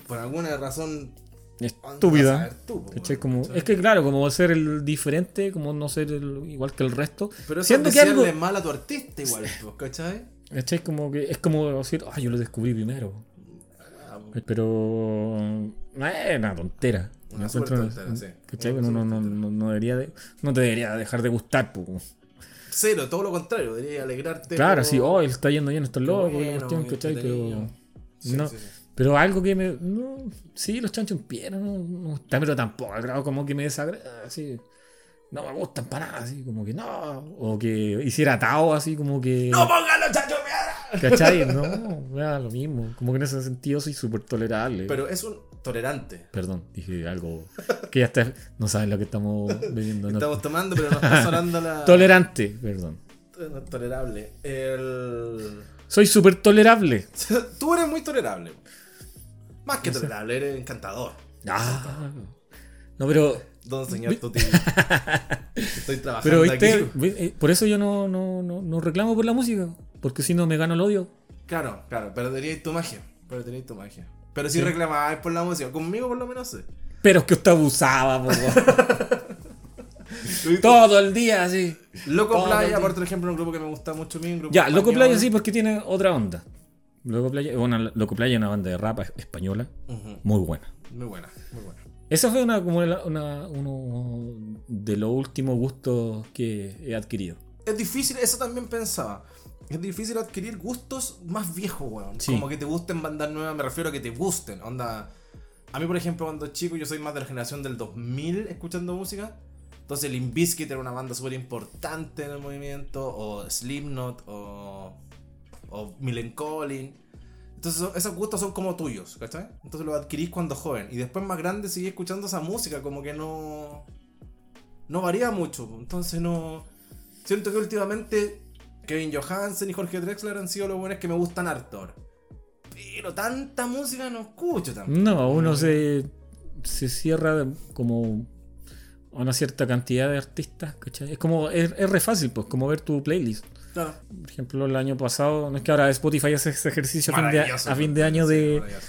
S1: Por alguna razón.
S2: estúpida.
S1: Vas a ver tú, po,
S2: ¿Cachai?
S1: weón,
S2: Como-
S1: ¿cachai?
S2: es que claro, como ser el diferente, como no ser el- igual que el resto.
S1: Pero eso
S2: siendo
S1: es
S2: que algo.
S1: decirle mal a tu artista igual, po, ¿cachai?
S2: ¿cachai? Como que es como decir, ah, yo lo descubrí primero.
S1: Ah,
S2: Pero no es una tontera.
S1: Una
S2: Me
S1: súper
S2: encuentro-
S1: tontera, sí.
S2: ¿cachai?
S1: Una
S2: Uno no,
S1: súper
S2: no- no- no debería de- no te debería dejar de gustar. po.
S1: Cero, todo lo contrario, debería alegrarte.
S2: Claro,
S1: como-
S2: así, oh, él está yendo bien, está loco, la
S1: bueno,
S2: cuestión, ¿cachai? Pero,
S1: entretenido. Sí,
S2: no,
S1: sí, sí.
S2: pero algo que me. No, sí, los chanchos en piedra, no, no gustan, pero tampoco, al grado como que me desagrada, así. No me gustan para nada, así como que no. O que hiciera atado, así como que.
S1: ¡No pongan los chachos en piedra!
S2: ¿Cachai? No, me da lo mismo. Como que en ese sentido soy súper tolerable.
S1: Pero es un tolerante.
S2: Perdón, dije algo que ya está. No saben lo que estamos bebiendo. no.
S1: Estamos tomando, pero nos está sonando la.
S2: Tolerante, perdón.
S1: no es tolerable. El...
S2: Soy súper tolerable.
S1: Tú eres muy tolerable. Más que tolerable, eres encantador.
S2: Ah. No, pero
S1: Don señor Tuti. Estoy trabajando
S2: Pero viste,
S1: aquí.
S2: vi- eh, por eso yo no, no, no, no reclamo por la música, porque si no me gano el odio.
S1: Claro, claro, perderíais tu magia. Perderíais tu magia. Pero si reclamabas por la música, conmigo por lo menos sé.
S2: Pero es que usted abusaba, po, weón. todo el día así.
S1: Loco
S2: Todo
S1: Playa,
S2: el
S1: por ejemplo, un grupo que me gusta mucho a mí. Un grupo
S2: Oh, Ya, Loco
S1: español.
S2: Playa sí, porque tiene otra onda. Loco Playa, bueno, Loco Playa es una banda de rap española
S1: Ujú.
S2: muy buena.
S1: Muy buena, muy buena.
S2: Esa fue una, como la- una- uno de los últimos gustos que he adquirido.
S1: Es difícil, eso también pensaba. Es difícil adquirir gustos más viejos, weón.
S2: Sí.
S1: Como que te gusten bandas nuevas, me refiero a que te gusten. Onda. A mí, por ejemplo, cuando chico, yo soy más de la generación del 2000 escuchando música. Entonces, Limp Bizkit era una banda súper importante en el movimiento, o Slipknot, o. o Millencolin. Entonces, son- esos gustos son como tuyos, ¿cachai? Entonces los adquirís cuando joven. Y después, más grande, seguís escuchando esa música, como que no. no varía mucho. Entonces, no. Siento que últimamente Kevin Johansen y Jorge Drexler han sido los buenos que me gustan harto ahora. Pero tanta música no escucho tampoco.
S2: No, uno se, se cierra como a una cierta cantidad de artistas, ¿cachai? Es como, es, es re fácil, pues, como ver tu playlist.
S1: Claro.
S2: Por ejemplo, el año pasado, no es que ahora Spotify hace ese ejercicio a fin de,
S1: Maravilloso.
S2: a fin de año
S1: Sí,
S2: de,
S1: maravilloso.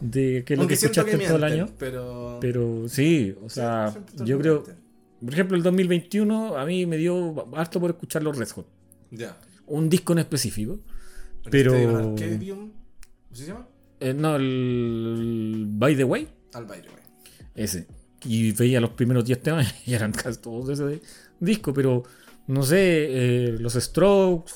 S2: de que es lo que
S1: Aunque siento
S2: escuchaste todo el
S1: mienten,
S2: año.
S1: Pero.
S2: Pero sí, o sea,
S1: siempre todo
S2: yo creo,
S1: mienten.
S2: por ejemplo, el 2021 a mí me dio harto por escuchar los Red Hot.
S1: Ya.
S2: Un disco en específico.
S1: El
S2: Pero-
S1: Stadium Arcadium, ¿Cómo se llama?
S2: Eh, no, el By the Way,
S1: Al baile, güey.
S2: ese. Y veía los primeros 10 temas y eran casi todos de ese disco, pero no sé, eh, los Strokes,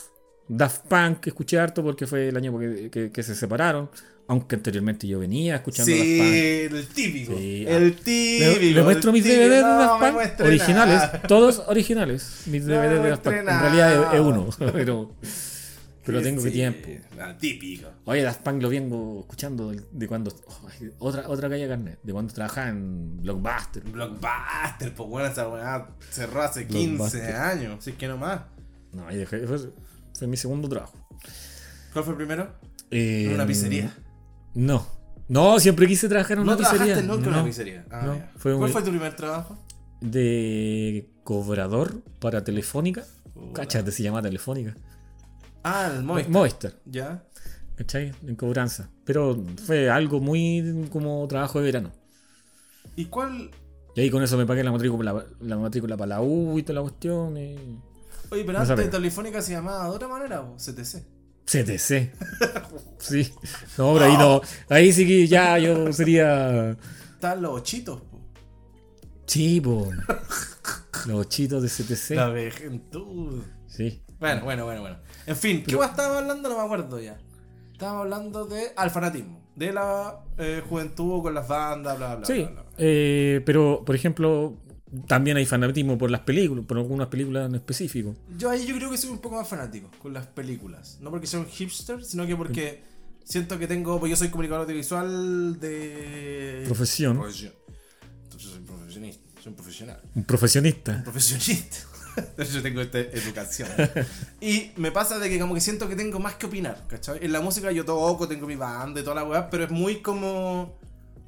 S2: Daft Punk, que escuché harto porque fue el año que, que- que se separaron, aunque anteriormente yo venía escuchando Daft Punk.
S1: Sí, el típico.
S2: Sí, ah.
S1: El
S2: Le,
S1: típico.
S2: le muestro
S1: el
S2: mis
S1: típico.
S2: DVDs de
S1: No,
S2: Daft
S1: me
S2: Punk
S1: muestre
S2: originales,
S1: nada.
S2: todos originales. Mis
S1: No
S2: DVDs
S1: me
S2: de Daft Punk. En
S1: muestre
S2: realidad es, es
S1: nada.
S2: uno, pero, pero tengo que
S1: Sí,
S2: tiempo.
S1: ah, típico.
S2: Oye, Daft Punk lo vengo escuchando de- de cuando. oh, ay, otra otra calle carnet, de cuando trabajaba en Blockbuster.
S1: Blockbuster, pues bueno, esa weá cerró hace 15
S2: Blockbuster.
S1: años, si es que no más.
S2: No, ahí dejé. Fue, fue mi segundo trabajo.
S1: ¿Cuál fue el primero?
S2: Eh,
S1: En una pizzería.
S2: No. No, siempre quise trabajar en
S1: No
S2: una pizzería.
S1: trabajaste nunca en una
S2: No.
S1: pizzería. Ah,
S2: no,
S1: ya.
S2: fue un-
S1: ¿Cuál fue tu primer trabajo?
S2: De cobrador para Telefónica.
S1: Puta.
S2: Cáchate, se llama Telefónica.
S1: Ah, el Movistar.
S2: Movistar.
S1: Ya.
S2: ¿Cachai? En cobranza. Pero fue algo muy como trabajo de verano.
S1: ¿Y cuál?
S2: Y ahí con eso me pagué la matrícula, la matrícula para la U y toda la cuestión. y-
S1: Oye, pero
S2: No
S1: antes
S2: sabía.
S1: Telefónica se llamaba de otra manera, po, CTC.
S2: CTC. Sí. No, pero ahí no. Ahí sí que ya yo sería.
S1: Estaban los ochitos, po.
S2: Chivo. Los chitos de CTC.
S1: La vejentud.
S2: Sí.
S1: Bueno, bueno, bueno, bueno. En fin, ¿qué
S2: Pero-
S1: más estábamos hablando? No me acuerdo ya. Estábamos hablando de al fanatismo, de la eh, juventud con las bandas, bla, bla,
S2: Sí.
S1: bla, bla, bla.
S2: eh, pero, por ejemplo, también hay fanatismo por las películas, por algunas películas en específico.
S1: Yo ahí yo creo que soy un poco más fanático con las películas. No porque sea un hipster, sino que porque siento que tengo. Pues yo soy comunicador audiovisual de.
S2: Profesión.
S1: Profesión. Entonces soy profesionista. Soy un profesional.
S2: Un profesionista.
S1: profesionista. Yo tengo esta educación. Y me pasa de que como que siento que tengo más que opinar, ¿cachai? En la música yo toco, tengo mi banda y toda la weá, pero es muy como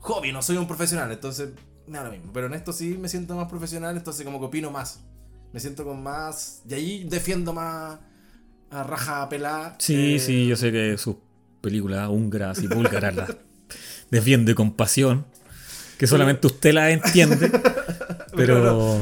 S1: hobby, no soy un profesional, entonces me da lo mismo. Pero en esto sí me siento más profesional, entonces como que opino más. Me siento con más... Y ahí defiendo más a raja pelada.
S2: Sí,
S1: eh,
S2: sí, yo sé que sus películas húngaras y búlgaras las defiende con pasión. Que solamente usted las entiende. Pero.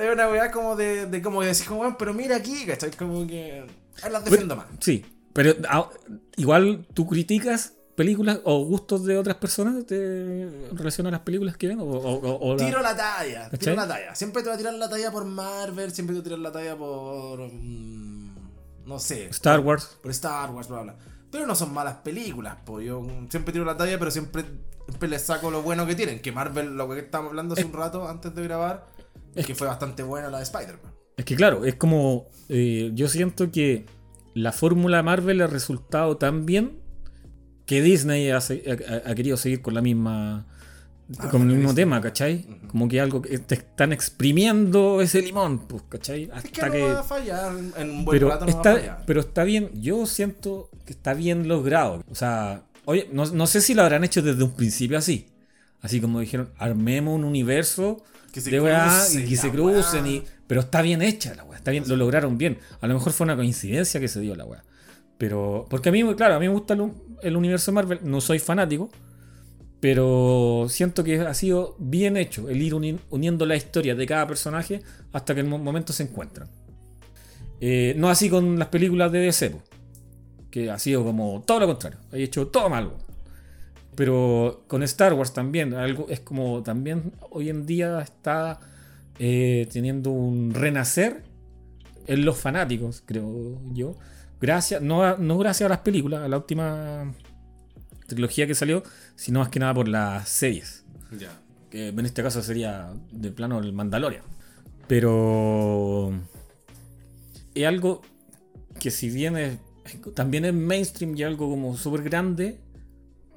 S1: Es una weá como de, de como de decir, como, "Weón, pero mira aquí, ¿cachai? Como que... ahí las defiendo más.
S2: Sí, pero ah, igual tú criticas películas o gustos de otras personas de- en relación a las películas que ven o, o- o- o la-
S1: Tiro la talla,
S2: ¿Cachai?
S1: tiro la talla. Siempre te va a tirar la talla por Marvel, siempre te va a tirar la talla por. mm, no sé,
S2: Star Wars.
S1: por Star Wars, bla, bla. Pero no son malas películas, po. Yo mm, siempre tiro la talla, pero siempre, siempre les saco lo bueno que tienen. Que Marvel, lo que estábamos hablando hace un rato antes de grabar, que fue bastante buena la de Spider-Man.
S2: Es que claro, es como eh, yo siento que la fórmula Marvel ha resultado tan bien que Disney ha, se- ha- ha- ha querido seguir con la misma
S1: Ah,
S2: con el mismo
S1: Disney.
S2: tema, ¿cachai?
S1: Ujú.
S2: Como que algo que te están exprimiendo ese limón, pues, ¿cachai?
S1: Es
S2: Hasta
S1: que no va a fallar, en un buen
S2: pero
S1: rato no
S2: está,
S1: va a fallar.
S2: pero está bien, yo siento que está bien logrado. O sea, oye, no, no sé si lo habrán hecho desde un principio así. Así como dijeron, armemos un universo
S1: Que se
S2: de weá
S1: cruce
S2: y que se
S1: la
S2: crucen.
S1: weá.
S2: Y, pero está bien hecha la weá, está bien, lo lograron bien. A lo mejor fue una coincidencia que se dio la weá. Pero, porque a mí, claro, a mí me gusta el, un- el universo Marvel, no soy fanático, pero siento que ha sido bien hecho el ir uni- uniendo la historia de cada personaje hasta que en un momento se encuentran. Eh, no así con las películas de DC, po, que ha sido como todo lo contrario. He hecho todo mal. weón. Pero con Star Wars también, algo, es como también hoy en día está eh, teniendo un renacer en los fanáticos, creo yo. Gracias, no, a- no gracias a las películas, a la última trilogía que salió, sino más que nada por las series
S1: Ya.
S2: que en este caso sería de plano el Mandalorian. Pero es algo que si bien es, también es mainstream y algo como súper grande,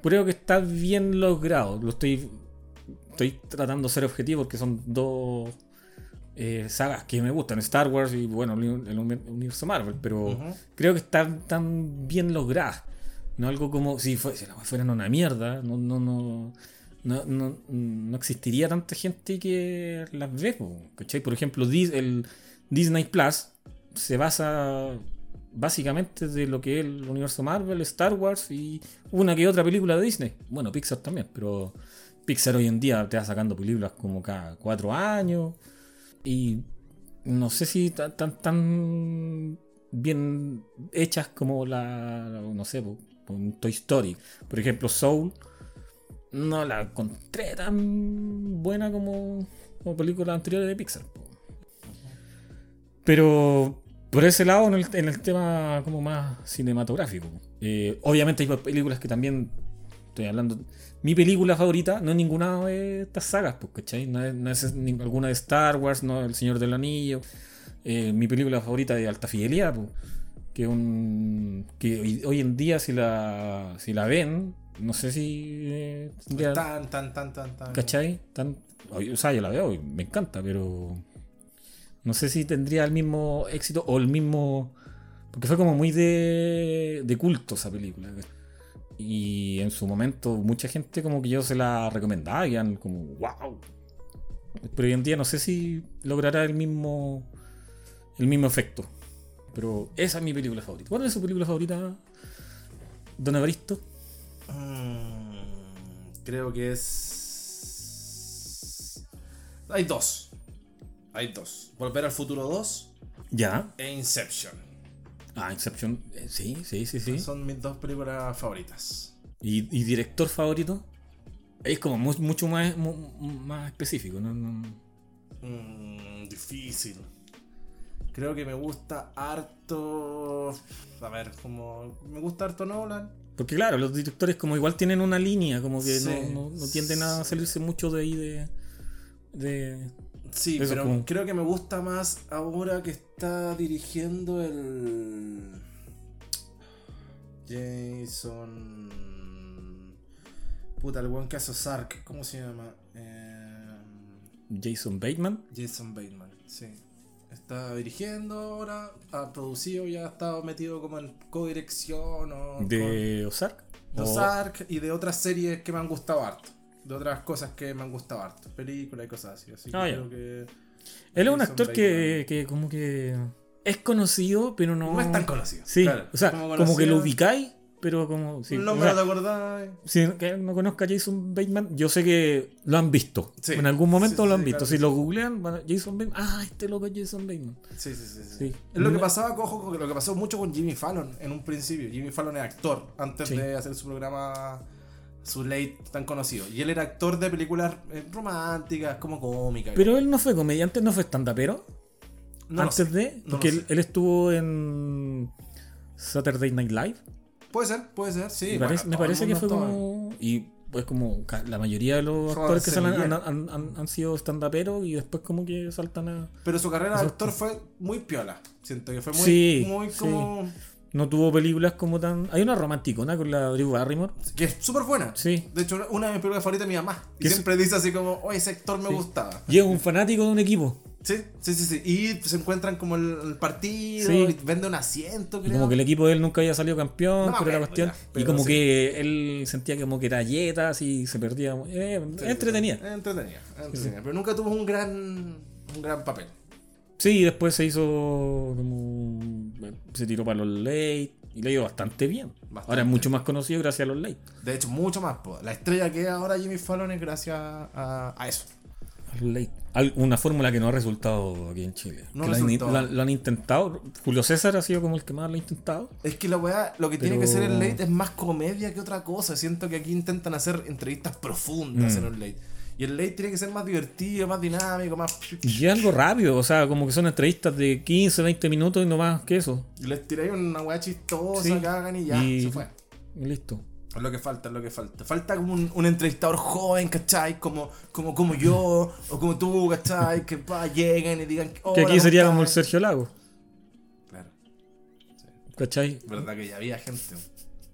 S2: creo que está bien logrado. Lo estoy, estoy tratando de ser objetivo porque son dos eh, sagas que me gustan, Star Wars y bueno, el uni- el universo Marvel, pero
S1: Ujú.
S2: creo que están tan bien logradas. No algo como si, fue- si la wea fueran una mierda, no, no, no, no, no, no existiría tanta gente que las ve. po, ¿cachai? Por ejemplo, Dis- el Disney Plus se basa básicamente de lo que es el universo Marvel, Star Wars y una que otra película de Disney. Bueno, Pixar también, pero Pixar hoy en día te va sacando películas como cada cuatro años y no sé si tan tan, tan bien hechas como la no sé po, un Toy Story por ejemplo Soul no la encontré tan buena como, como películas anteriores de Pixar po. pero por ese lado en el, en el tema como más cinematográfico eh, obviamente hay películas que también estoy hablando mi película favorita no es ninguna de estas sagas, pues, ¿cachai? No es, no es ni- alguna de Star Wars, no El Señor del Anillo. Eh, mi película favorita de Alta Fidelidad, pues, que un que hoy, hoy en día si la si la ven, no sé si eh, tendría-
S1: Tan, tan, tan, tan, tan.
S2: ¿Cachai? Tan, o sea, yo la veo y me encanta, pero no sé si tendría el mismo éxito o el mismo... Porque fue como muy de, de culto esa película. Y en su momento mucha gente como que yo se la recomendaba y eran como, wow. Pero hoy en día no sé si logrará el mismo, el mismo efecto. Pero esa es mi película favorita. ¿Cuál es su película favorita, Don Evaristo?
S1: Mm, creo que es. Hay dos. Hay dos. Volver al futuro 2
S2: Ya.
S1: e Inception.
S2: Ah, Inception. Eh, Sí, sí, sí, sí.
S1: Son mis dos películas favoritas.
S2: ¿Y, y director favorito? Es como mu- mucho más, mu- más específico, ¿no? No-
S1: Mm, difícil. Creo que me gusta harto. A ver, como. Me gusta harto Nolan.
S2: Porque claro, los directores como igual tienen una línea, como que no,
S1: Sí.
S2: no- no tienden a salirse mucho de ahí de... de-
S1: Sí,
S2: Eso
S1: pero
S2: como-
S1: creo que me gusta más ahora que está dirigiendo el. Jason. Puta, el weón que hace Sark. ¿Cómo se llama? Eh,
S2: Jason Bateman.
S1: Jason Bateman, sí. Está dirigiendo ahora, ha producido y ha estado metido como en codirección o
S2: De Ozark.
S1: con
S2: o-
S1: los Ark y de otras series que me han gustado harto. De otras cosas que me han gustado harto. Películas y cosas así. Así que
S2: Ah, ya.
S1: creo que.
S2: Él es un
S1: Jason
S2: actor que, que como que es conocido, pero no...
S1: No, es tan conocido.
S2: Sí,
S1: claro.
S2: o sea,
S1: Como
S2: como,
S1: conocido,
S2: que lo ubicáis, pero como... Sí,
S1: el
S2: o
S1: nombre
S2: sea,
S1: no te acordáis.
S2: Si que no conozca a Jason Bateman, yo sé que lo han visto.
S1: Sí.
S2: En algún momento
S1: Sí, sí,
S2: lo han
S1: sí,
S2: visto.
S1: claro.
S2: Si lo googlean, van a- Jason Bateman. Ah, este loco es Jason Bateman.
S1: Sí, sí, sí. sí.
S2: Sí. Mm.
S1: Es lo que
S2: No-
S1: pasaba, cojo, con- lo que pasó mucho con Jimmy Fallon en un principio. Jimmy Fallon es actor antes
S2: Sí.
S1: de hacer su programa, su late tan conocido. Y él era actor de películas eh, románticas, como cómicas.
S2: Pero él no fue comediante, no fue stand-upero.
S1: no, lo
S2: antes
S1: sé.
S2: de.
S1: lo
S2: Porque él,
S1: sé.
S2: él estuvo en Saturday Night Live.
S1: Puede ser, puede ser, sí. bueno,
S2: me parece, me
S1: todo el
S2: parece que
S1: mundo
S2: fue
S1: estaba-
S2: como. Y pues como ca- la mayoría de los
S1: Joder,
S2: actores que
S1: se
S2: salen han,
S1: veía.
S2: han- han- han sido stand-uperos y después como que saltan a.
S1: Pero su carrera de
S2: Eso-
S1: actor fue muy piola. Siento que fue muy,
S2: Sí,
S1: muy
S2: sí.
S1: como.
S2: No tuvo películas como tan. Hay una romanticona con la Drew Barrymore.
S1: que es súper buena.
S2: Sí.
S1: De hecho, una de mis películas favoritas de mi mamá. Y
S2: Que es-
S1: siempre dice así como, oh, ese actor me gustaba.
S2: Y es un fanático de un equipo.
S1: Sí, sí, sí, sí. Y se encuentran como el, el partido,
S2: Sí.
S1: y vende un asiento,
S2: Y
S1: creo.
S2: como que el equipo de él nunca había salido
S1: No
S2: campeón,
S1: me
S2: pero era
S1: acuerdo
S2: cuestión.
S1: ya,
S2: y
S1: pero
S2: como
S1: sí.
S2: que él sentía que como que era yeta, así se perdía. Eh,
S1: Sí, sí,
S2: entretenía.
S1: sí. Entretenida, entretenida. Pero nunca tuvo un gran, un gran papel.
S2: Sí, y después se hizo como. Se tiró para los late y le ha ido bastante bien.
S1: Bastante.
S2: Ahora es mucho más conocido gracias a los late.
S1: De hecho, mucho más. po. La estrella que es ahora Jimmy Fallon es gracias a, a eso.
S2: Late. Al- Una fórmula que no ha resultado aquí en Chile.
S1: No
S2: Que la han-
S1: resultó.
S2: la- lo han intentado. Julio César ha sido como el que más lo ha intentado.
S1: Es que la weá, lo que tiene
S2: Pero-
S1: que ser el late es más comedia que otra cosa. Siento que aquí intentan hacer entrevistas profundas
S2: Mm.
S1: en un late. Y el late tiene que ser más divertido, más dinámico, más.
S2: Y es algo rápido, o sea, como que son entrevistas de 15, 20 minutos y no más que eso.
S1: Les tiráis una weá chistosa,
S2: Sí.
S1: cagan y ya,
S2: Y-
S1: se fue.
S2: Y listo.
S1: Es lo que falta, es lo que falta. Falta como un, un entrevistador joven, ¿cachai? Como, como, como yo, o como tú, ¿cachai? Que pa, lleguen y digan.
S2: que
S1: "Hola,
S2: aquí
S1: ¿cómo
S2: sería como el
S1: estás?".
S2: Sergio Lago,
S1: Claro,
S2: ¿cachai?
S1: verdad que ya había gente.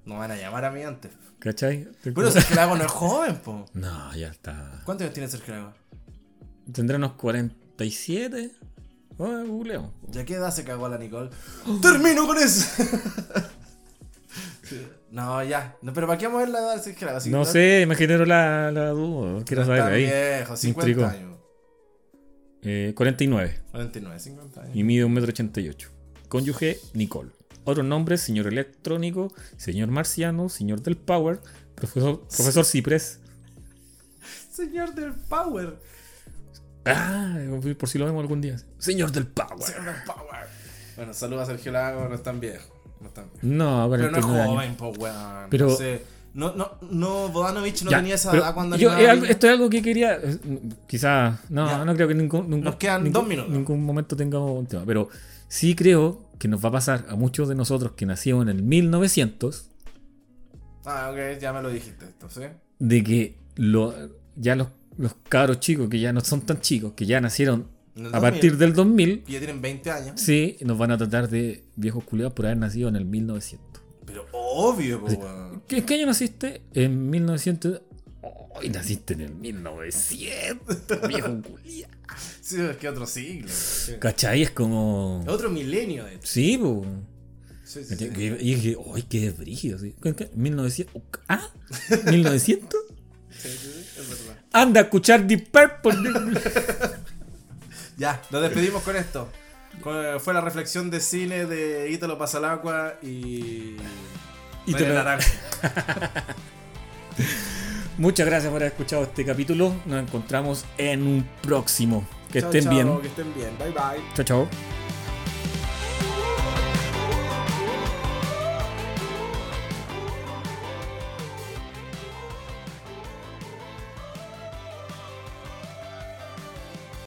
S1: No van a llamar a mí antes.
S2: ¿Cachai?
S1: Pero Sergio Lago no es joven, po.
S2: No, ya está.
S1: ¿Cuántos años tiene Sergio Lago?
S2: Tendrá unos 47. Ah, googleo.
S1: ¿Ya qué edad se cagó la Nicole? ¡Termino con eso! no, ya. No, pero ¿para qué vamos a ver la edad de Sergio Lago? Si
S2: No sé, me generó la, la duda. Quiero
S1: está
S2: saber ahí.
S1: viejo, 50
S2: intrigó.
S1: años.
S2: Eh, 49
S1: 49, 50 años.
S2: y mide 1,88m. Cónyuge Nicole. Otros nombres: señor electrónico, señor marciano, señor del power, profesor, profesor Ciprés.
S1: Señor del Power.
S2: Ah, por si lo vemos algún día. Señor del power.
S1: Señor del Power. Bueno, saludos a Sergio Lago, no es tan viejo. No es tan viejo.
S2: No,
S1: Pero no es
S2: 49 años.
S1: joven, po, weón.
S2: Pero-
S1: No, sé. no, no, no, Bogdanovich no
S2: Ya,
S1: tenía esa
S2: pero
S1: edad cuando
S2: yo,
S1: animaba
S2: es algo-
S1: niños.
S2: Esto es algo que quería. eh, Quizá. No,
S1: Ya.
S2: no creo que en ningún, ningún-
S1: Nos quedan
S2: ningún-
S1: dos minutos.
S2: ningún momento tengamos un tema. Pero sí creo que nos va a pasar a muchos de nosotros que nacimos en el 1900
S1: Ah, ok, ya me lo dijiste esto, ¿sí?
S2: de que lo, ya los, los cabros chicos que ya no son tan chicos, que ya nacieron
S1: En el
S2: a partir
S1: 2000,
S2: del 2000,
S1: que ya tienen 20 años.
S2: sí, nos van a tratar de viejos culiados por haber nacido en el 1900.
S1: Pero obvio, po, weón.
S2: ¿Qué, qué año naciste? En 1900. Hoy naciste en el 1900, viejo culiao.
S1: Sí, es que otro siglo. sí.
S2: ¿Cachai? Es como.
S1: Otro milenio, de hecho.
S2: Sí, po.
S1: Sí, sí, sí.
S2: Y y dije, ¡ay, qué brígido! sí. ¿Qué- qué? ¿1900? ¿Ah? ¿1900?
S1: Sí, sí, sí, es verdad.
S2: Anda a escuchar Deep Purple.
S1: Ya, nos despedimos con esto. Con- eh, Fue la reflexión de cine de Ítalo Pasalacqua y.
S2: Ítalo-
S1: María Naranjo.
S2: Muchas gracias por haber escuchado este capítulo. Nos encontramos en un próximo. Que
S1: Chao,
S2: estén
S1: chao,
S2: bien.
S1: Que estén bien. Bye bye.
S2: Chao, chao.